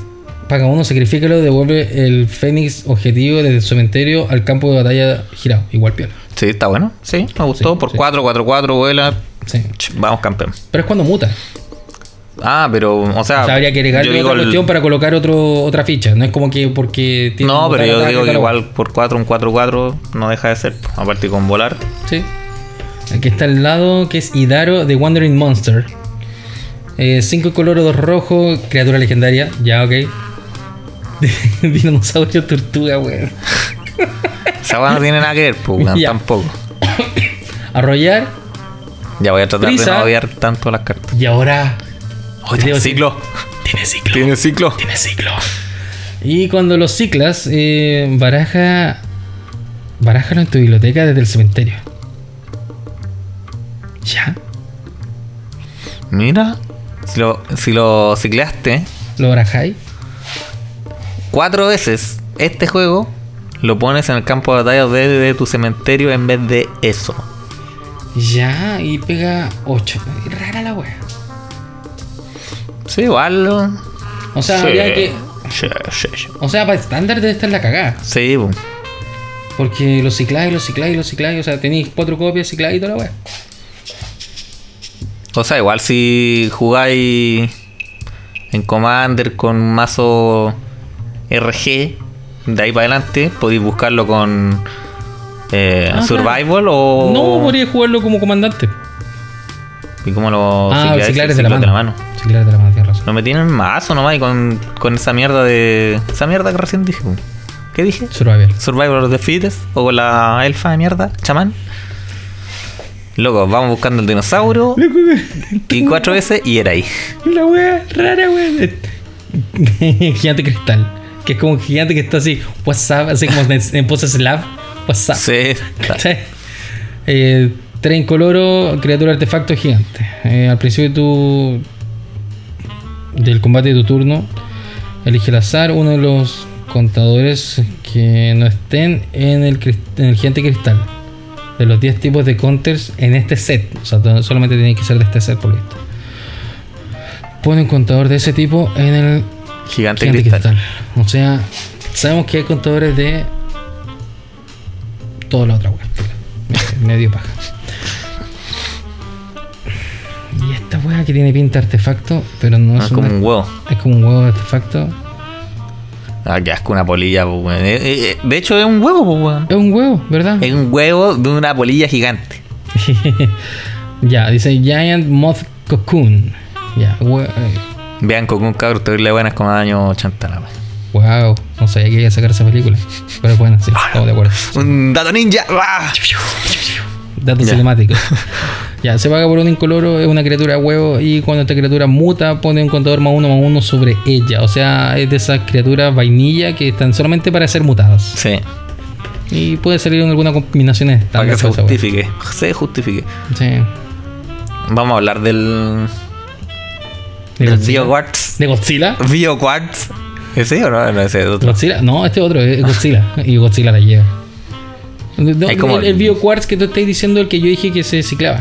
Speaker 1: Paga uno, sacrifícalo, devuelve el Fénix objetivo desde el cementerio al campo de batalla girado. Igual piola.
Speaker 2: Sí, está bueno. Sí, me gustó.
Speaker 1: Sí,
Speaker 2: Por
Speaker 1: sí.
Speaker 2: 4, 4, 4, vuela.
Speaker 1: Sí.
Speaker 2: Ch, Vamos, campeón.
Speaker 1: Pero es cuando muta.
Speaker 2: Ah, pero, o sea.
Speaker 1: O sea, habría que
Speaker 2: yo
Speaker 1: agregarle
Speaker 2: digo
Speaker 1: otra
Speaker 2: el-
Speaker 1: cuestión para colocar otro, otra ficha. No es como que porque tiene
Speaker 2: No,
Speaker 1: un
Speaker 2: pero
Speaker 1: botón
Speaker 2: yo
Speaker 1: atrás,
Speaker 2: digo que
Speaker 1: claro.
Speaker 2: igual por 4, un 4, 4 no deja de ser. po. Aparte con volar.
Speaker 1: Sí. Aquí está al lado que es Hidaro de Wandering Monster. Eh, 5 color, 2 rojo, criatura legendaria. Ya, ok. Dinosaurio tortuga, weón.
Speaker 2: O sea, bueno, no tiene nada que ver, pues, weón,
Speaker 1: Ya.
Speaker 2: tampoco.
Speaker 1: Arrollar.
Speaker 2: Ya voy a tratar de
Speaker 1: Prisa.
Speaker 2: no odiar tanto las cartas.
Speaker 1: Y ahora.
Speaker 2: Oye, tiene
Speaker 1: Dios, sí.
Speaker 2: ciclo.
Speaker 1: Tiene ciclo.
Speaker 2: Tiene ciclo.
Speaker 1: Tiene ciclo. Y cuando los ciclas, eh, baraja. Barájalo en tu biblioteca desde el cementerio. Ya.
Speaker 2: Mira, si lo, si lo ciclaste
Speaker 1: Lo barajáis.
Speaker 2: cuatro veces este juego, lo pones en el campo de batalla desde tu cementerio en vez de eso.
Speaker 1: Ya. Y pega 8. Rara la wea.
Speaker 2: Sí, igual.
Speaker 1: O sea, habría que.
Speaker 2: Sí, sí, sí.
Speaker 1: O sea, para estándar de esta es la cagada.
Speaker 2: Sí, bu.
Speaker 1: Porque los cicláis, los cicláis, los cicláis. O sea, tenéis cuatro copias, cicláis y toda la weá.
Speaker 2: o sea, igual si jugáis en Commander con mazo RG, de ahí para adelante, podéis buscarlo con eh,
Speaker 1: Ah,
Speaker 2: Survival o.
Speaker 1: No, podría jugarlo como comandante.
Speaker 2: ¿Y cómo lo
Speaker 1: ah,
Speaker 2: cicláis?
Speaker 1: ciclar es
Speaker 2: Sí,
Speaker 1: de la
Speaker 2: ciclar
Speaker 1: mano. Ciclar de la mano, tienes razón.
Speaker 2: Lo metí en el mazo nomás y con, con esa mierda de. Esa mierda que recién dije. weón. ¿Qué dije?
Speaker 1: Survival.
Speaker 2: Survivor of the Fittest o con la elfa de mierda, chamán. Loco, vamos buscando el dinosaurio y cuatro veces y era ahí.
Speaker 1: La wea rara, wea. gigante cristal. Que es como un gigante que está así, WhatsApp, así como en, en pose slab. WhatsApp.
Speaker 2: Sí, está.
Speaker 1: ¿Cachai? Eh, tren coloro, criatura artefacto gigante. Eh, al principio de tu. del combate de tu turno, elige al azar uno de los contadores que no estén en el, cris- en el gigante cristal. De los 10 tipos de counters en este set. O sea, to- solamente tiene que ser de este set por esto. Pone un contador de ese tipo en el
Speaker 2: Gigante,
Speaker 1: gigante
Speaker 2: cristal.
Speaker 1: cristal. O sea, sabemos que hay contadores de toda la otra web. Medio paja. Y esta wea que tiene pinta de artefacto, pero no
Speaker 2: Ah,
Speaker 1: es
Speaker 2: como
Speaker 1: una-
Speaker 2: un huevo.
Speaker 1: es como un huevo de artefacto.
Speaker 2: Ah, qué asco, una polilla, pues, weón. Eh, eh, eh, De hecho, es un huevo, pues, weón.
Speaker 1: Es un huevo, ¿verdad?
Speaker 2: Es un huevo de una polilla gigante.
Speaker 1: ya, dice Giant Moth Cocoon. Ya, hue- eh,
Speaker 2: Vean, con un cabro, te le buenas como año 80 la weá.
Speaker 1: wow. No sabía que iba a sacar esa película. Pero bueno,
Speaker 2: Ah,
Speaker 1: sí, estamos de acuerdo.
Speaker 2: Un dato ninja. ¡ah!
Speaker 1: Datos
Speaker 2: Ya.
Speaker 1: cinemáticos. ya, se paga por un incoloro, es una criatura de huevo y cuando esta criatura muta pone un contador más uno más uno sobre ella. O sea, es de esas criaturas vainilla que están solamente para ser mutadas.
Speaker 2: Sí.
Speaker 1: Y puede salir en alguna combinación
Speaker 2: Para
Speaker 1: estándar.
Speaker 2: que se
Speaker 1: con esa wea.
Speaker 2: justifique. Se justifique.
Speaker 1: Sí.
Speaker 2: Vamos a hablar del.
Speaker 1: ¿De
Speaker 2: del
Speaker 1: Godzilla?
Speaker 2: BioQuartz.
Speaker 1: ¿De Godzilla?
Speaker 2: ¿BioQuartz? ¿Ese o no? No, ese es otro.
Speaker 1: ¿Godzilla? No, este otro es Godzilla. y Godzilla la lleva. No,
Speaker 2: Es como-
Speaker 1: el, el BioQuartz que tú estás diciendo, el que yo dije que se ciclaba.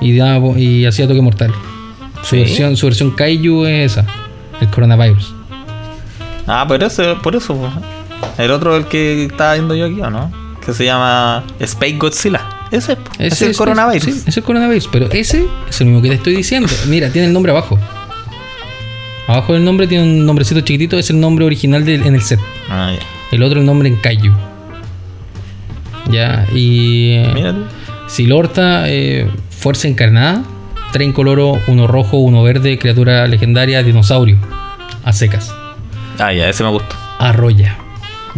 Speaker 1: Y, daba- y hacía toque mortal. Su,
Speaker 2: ¿Sí?
Speaker 1: versión, su versión Kaiju es esa. El coronavirus.
Speaker 2: Ah, pero ese, por eso. po. El otro, el que estaba viendo yo aquí, ¿o no? Que se llama Space Godzilla. Ese es, es el coronavirus.
Speaker 1: sí, es el coronavirus, pero ese es el mismo que te estoy diciendo. Mira, tiene el nombre abajo. Abajo del nombre tiene un nombrecito chiquitito, es el nombre original del- en el set.
Speaker 2: Ah, ya.
Speaker 1: El otro el nombre en Kaiju. Ya, y. eh,
Speaker 2: Mira tú.
Speaker 1: Silorta, eh, Fuerza Encarnada, tres incoloro, uno rojo, uno verde, criatura legendaria, dinosaurio, a secas,
Speaker 2: Ah, ya, ese me gustó.
Speaker 1: arroya,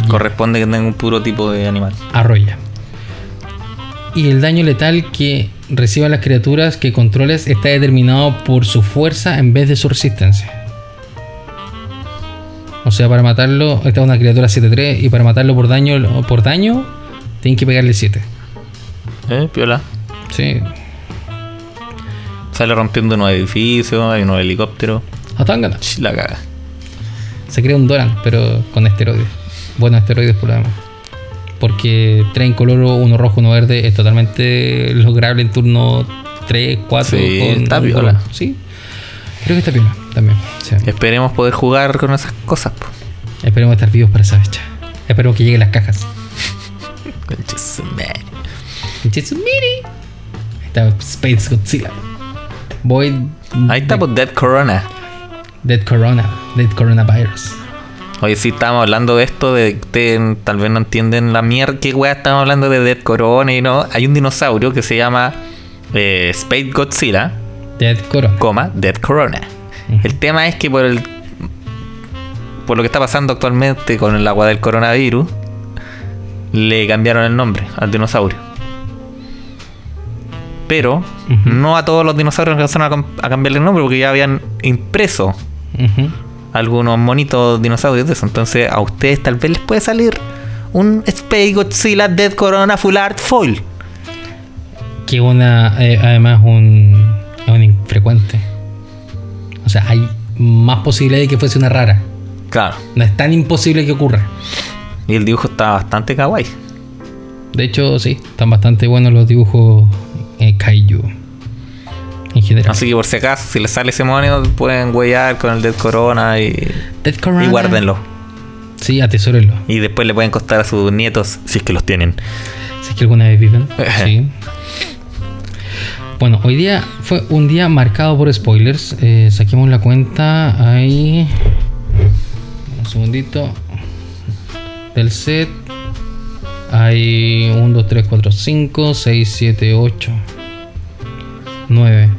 Speaker 2: Corresponde que tenga un puro tipo de animal.
Speaker 1: arroya. Y el daño letal que reciban las criaturas que controles está determinado por su fuerza en vez de su resistencia. O sea, para matarlo, esta es una criatura 7-3 y para matarlo por daño, por daño, tienen que pegarle 7.
Speaker 2: Eh, piola.
Speaker 1: Sí.
Speaker 2: Sale rompiendo unos edificios, hay unos helicópteros.
Speaker 1: Atangana.
Speaker 2: Ch, La caga.
Speaker 1: Se crea un Doran, pero con esteroides. Buenos esteroides por lo demás. Porque tres incoloro, uno rojo, uno verde es totalmente lograble en turno 3, 4.
Speaker 2: Sí, está piola.
Speaker 1: Sí. Creo que está piola también. sí.
Speaker 2: Esperemos poder jugar con esas cosas. po.
Speaker 1: Esperemos estar vivos para esa fecha. Esperemos que lleguen las cajas.
Speaker 2: Conche su madre.
Speaker 1: Chitsumiri. Ahí está Space Godzilla. Void.
Speaker 2: Ahí está, por Dead Corona.
Speaker 1: Dead Corona. Dead Coronavirus.
Speaker 2: Oye, sí, estábamos hablando de esto, de que ustedes tal vez no entienden la mierda que weá estamos hablando de Dead Corona y no. Hay un dinosaurio que se llama eh, Spade Godzilla,
Speaker 1: Dead Corona.
Speaker 2: coma, Dead Corona.
Speaker 1: Ujú.
Speaker 2: El tema es que por el. Por lo que está pasando actualmente con el agua del coronavirus, le cambiaron el nombre al dinosaurio. Pero
Speaker 1: Ujú.
Speaker 2: no a todos los dinosaurios alcanzaron a, cam- a cambiarle el nombre porque ya habían impreso
Speaker 1: Ujú.
Speaker 2: algunos monitos dinosaurios de eso. Entonces, a ustedes tal vez les puede salir un Space Godzilla Dead Corona Full Art Foil.
Speaker 1: que una eh, además un es un infrecuente o sea hay más posibilidad de que fuese una rara
Speaker 2: Claro.
Speaker 1: no es tan imposible que ocurra
Speaker 2: Y el dibujo está bastante kawaii.
Speaker 1: de hecho sí están bastante buenos los dibujos eh, kaiju en general
Speaker 2: Así que por si acaso, si les sale ese monio, pueden huellar con el Dead Corona y,
Speaker 1: Dead
Speaker 2: y
Speaker 1: Corona.
Speaker 2: guárdenlo.
Speaker 1: sí atesórenlo
Speaker 2: Y después le pueden costar a sus nietos, si es que los tienen.
Speaker 1: si es que alguna vez viven sí bueno hoy día fue un día marcado por spoilers Eh, saquemos la cuenta ahí un segundito del set hay 1, 2, 3, 4, 5, 6, 7, 8, 9.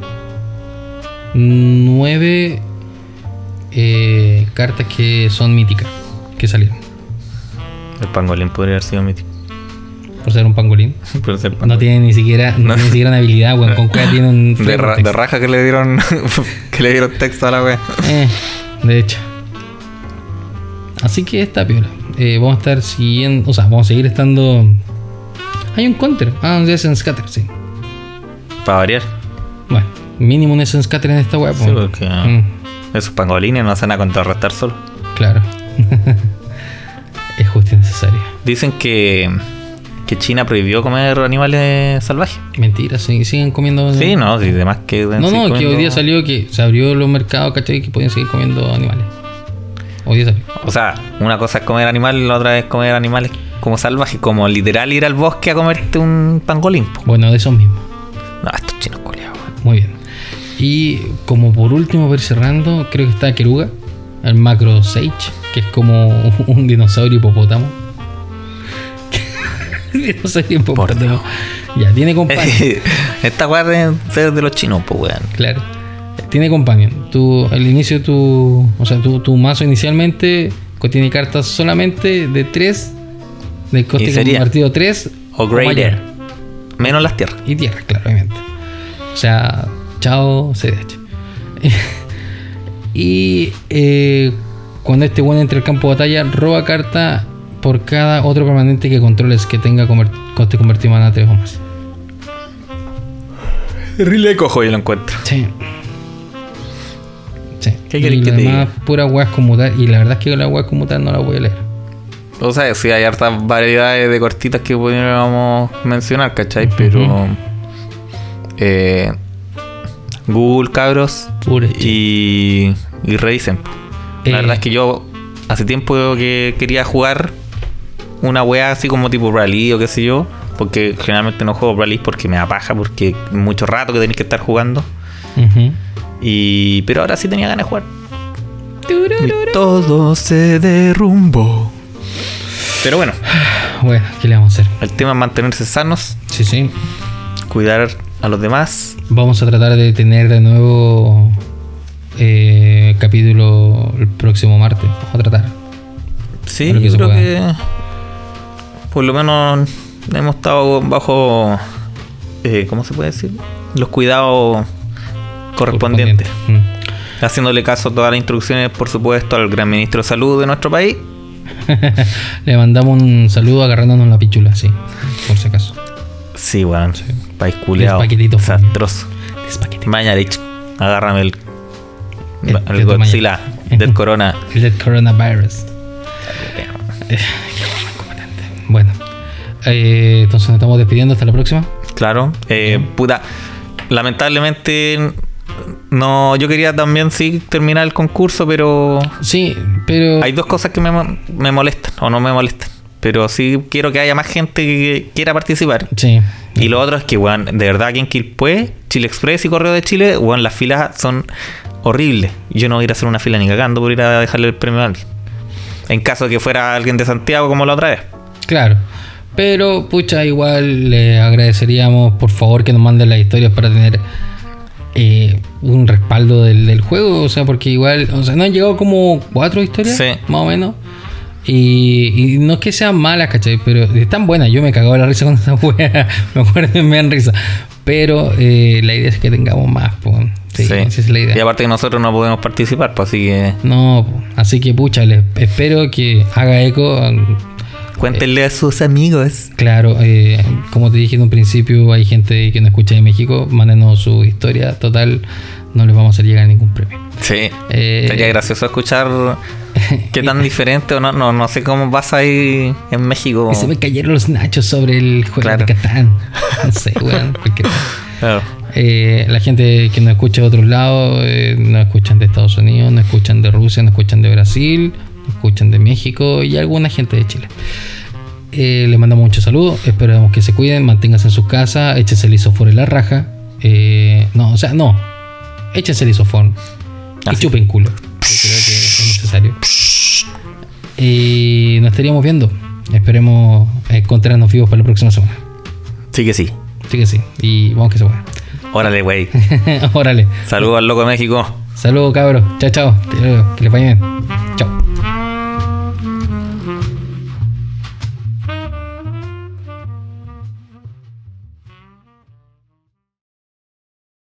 Speaker 1: 9 eh, cartas que son míticas, que salieron,
Speaker 2: El pangolín podría haber sido mítico.
Speaker 1: por ser un pangolín.
Speaker 2: Por ser
Speaker 1: No
Speaker 2: pangolín.
Speaker 1: tiene ni siquiera, no
Speaker 2: No.
Speaker 1: tiene ni siquiera una habilidad, weón. Con cuál tiene un.
Speaker 2: de, ra- de raja que le dieron que le dieron texto a la wea.
Speaker 1: Eh, de hecho. Así que está piola. Eh, vamos a estar siguiendo. O sea, vamos a seguir estando. Hay un counter. Ah, un Essence Scatter, sí.
Speaker 2: Para variar.
Speaker 1: Bueno, mínimo un Essence Scatter en esta pues. web.
Speaker 2: Sí, porque esos pangolines no se van a contrarrestar solo.
Speaker 1: claro. es justo y necesario.
Speaker 2: Dicen que, que China prohibió comer animales salvajes.
Speaker 1: Mentira, sí, siguen comiendo.
Speaker 2: Sí, no, sí, además que. deben
Speaker 1: Mm. No,
Speaker 2: seguir
Speaker 1: no, que hoy
Speaker 2: comiendo-
Speaker 1: día salió que se abrió los mercados, ¿cachai? Que podían seguir comiendo animales. Hoy día salió.
Speaker 2: O sea, una cosa es comer animales, la otra es comer animales como salvajes, como literal ir al bosque a comerte un pangolín. po.
Speaker 1: Bueno, de esos mismos.
Speaker 2: No, estos chinos culiados. weón.
Speaker 1: Muy bien. Y como por último, para ir cerrando, creo que está Keruga, el Macro Sage, que es como un dinosaurio hipopótamo. dinosaurio hipopótamo. Ya, tiene companion.
Speaker 2: Esta weá deben ser de los chinos, pues weón.
Speaker 1: claro. Tiene companion. Tu, el inicio de tu. O sea, tu, tu mazo inicialmente contiene cartas solamente de 3, de
Speaker 2: Y
Speaker 1: coste
Speaker 2: sería
Speaker 1: compartido 3
Speaker 2: O greater. Menos las tierras.
Speaker 1: y tierra, claramente. O sea, chao CDH. y eh, cuando este bueno entre el campo de batalla, roba carta por cada otro permanente que controles que tenga comer- este coste convertido en mana 3 o más.
Speaker 2: Rile cojo yo lo encuentro.
Speaker 1: Sí. Sí.
Speaker 2: ¿Qué
Speaker 1: Y
Speaker 2: queréis
Speaker 1: lo
Speaker 2: que te
Speaker 1: demás, pura hueá es conmutar. Y la verdad es que la hueá es conmutar no la voy a leer.
Speaker 2: O sea, sí hay hartas variedades de cortitas que podríamos mencionar, ¿cachai? Pero. eh, Google, cabros.
Speaker 1: Pura
Speaker 2: Y, y revisen. La
Speaker 1: Eh.
Speaker 2: verdad es que yo hace tiempo que quería jugar una weá así como tipo rally o qué sé yo. Porque generalmente no juego Rally porque me apaja, porque mucho rato que tenéis que estar jugando.
Speaker 1: Eh, Ujú.
Speaker 2: Y, pero ahora sí tenía ganas de jugar. Y todo se derrumbó. Pero bueno,
Speaker 1: Bueno, ¿qué le vamos a hacer?
Speaker 2: el tema es mantenerse sanos,
Speaker 1: Sí, sí.
Speaker 2: cuidar a los demás.
Speaker 1: Vamos a tratar de tener de nuevo eh, capítulo el próximo martes. Vamos a tratar.
Speaker 2: Sí,
Speaker 1: Creo que
Speaker 2: yo
Speaker 1: se
Speaker 2: creo
Speaker 1: puede.
Speaker 2: que por lo menos hemos estado bajo, eh, ¿cómo se puede decir? Los cuidados correspondientes.
Speaker 1: Correspondiente.
Speaker 2: Haciéndole caso a todas las instrucciones, por supuesto, al gran ministro de salud de nuestro país.
Speaker 1: Mm. le mandamos un saludo agarrándonos la pichula, sí. Por si acaso.
Speaker 2: Sí, weón. País culeado.
Speaker 1: El paquetito fome.
Speaker 2: Desastroso.
Speaker 1: Despaquete.
Speaker 2: Mañarich, agárrame el,
Speaker 1: El-
Speaker 2: el
Speaker 1: el
Speaker 2: Godzilla del corona.
Speaker 1: El del coronavirus. Eh, qué bueno, comandante. Bueno. eh, entonces nos estamos despidiendo. Hasta la próxima.
Speaker 2: Claro. eh, puta, lamentablemente no, yo quería también sí terminar el concurso, pero
Speaker 1: Sí, pero...
Speaker 2: hay dos cosas que me, mo- me molestan o no me molestan. Pero sí quiero que haya más gente que quiera participar.
Speaker 1: Sí.
Speaker 2: Y lo otro es que, weón, de verdad aquí en Quilpué, Pues, Chile Express y Correo de Chile, weón, las filas son horribles. Yo no voy a ir a hacer una fila ni cagando por ir a dejarle el premio a alguien. En caso de que fuera alguien de Santiago como la otra vez.
Speaker 1: Claro. Pero, pucha, igual le agradeceríamos, por favor, que nos manden las historias para tener eh, un respaldo del, del juego. O sea, porque igual, o sea, nos han llegado como cuatro historias,
Speaker 2: Sí.
Speaker 1: más o menos. Y, y no es que sean malas, ¿cachai? Pero están buenas. Yo me cagaba la risa con esa wea. me acuerdo, me dan risa. Pero eh, la idea es que tengamos más, po. Sí, esa es la idea.
Speaker 2: Y aparte que nosotros no podemos participar, pues así que
Speaker 1: No, po. así que, pucha, les espero que haga eco
Speaker 2: cuéntenle a sus amigos.
Speaker 1: Claro, eh, como te dije en un principio, hay gente que no escucha de México, mándenos su historia, total, no les vamos a hacer llegar ningún premio.
Speaker 2: Sí.
Speaker 1: Eh,
Speaker 2: Sería gracioso escuchar qué tan diferente o no, no, no sé cómo pasa ahí en México.
Speaker 1: y se me cayeron los nachos sobre el juego
Speaker 2: Claro.
Speaker 1: de Catán. No sé, weón, cualquier-
Speaker 2: Claro.
Speaker 1: Eh, la gente que no escucha de otros lados, eh, no escuchan de Estados Unidos, no escuchan de Rusia, no escuchan de Brasil, no escuchan de México y alguna gente de Chile. Eh, les mandamos muchos saludos, esperamos que se cuiden, manténganse en sus casas, échense el isofor en la raja. Eh, no, o sea, no, échense el isofor y chupen culo. Yo creo que es necesario. Y nos estaríamos viendo. Esperemos encontrarnos vivos para la próxima semana.
Speaker 2: Sí que sí.
Speaker 1: Sí que sí, y vamos que se pueda.
Speaker 2: Órale, güey.
Speaker 1: Órale.
Speaker 2: Saludos al loco de México.
Speaker 1: Saludos, cabros. Chao, chao. Te- Que les vaya bien. Chao.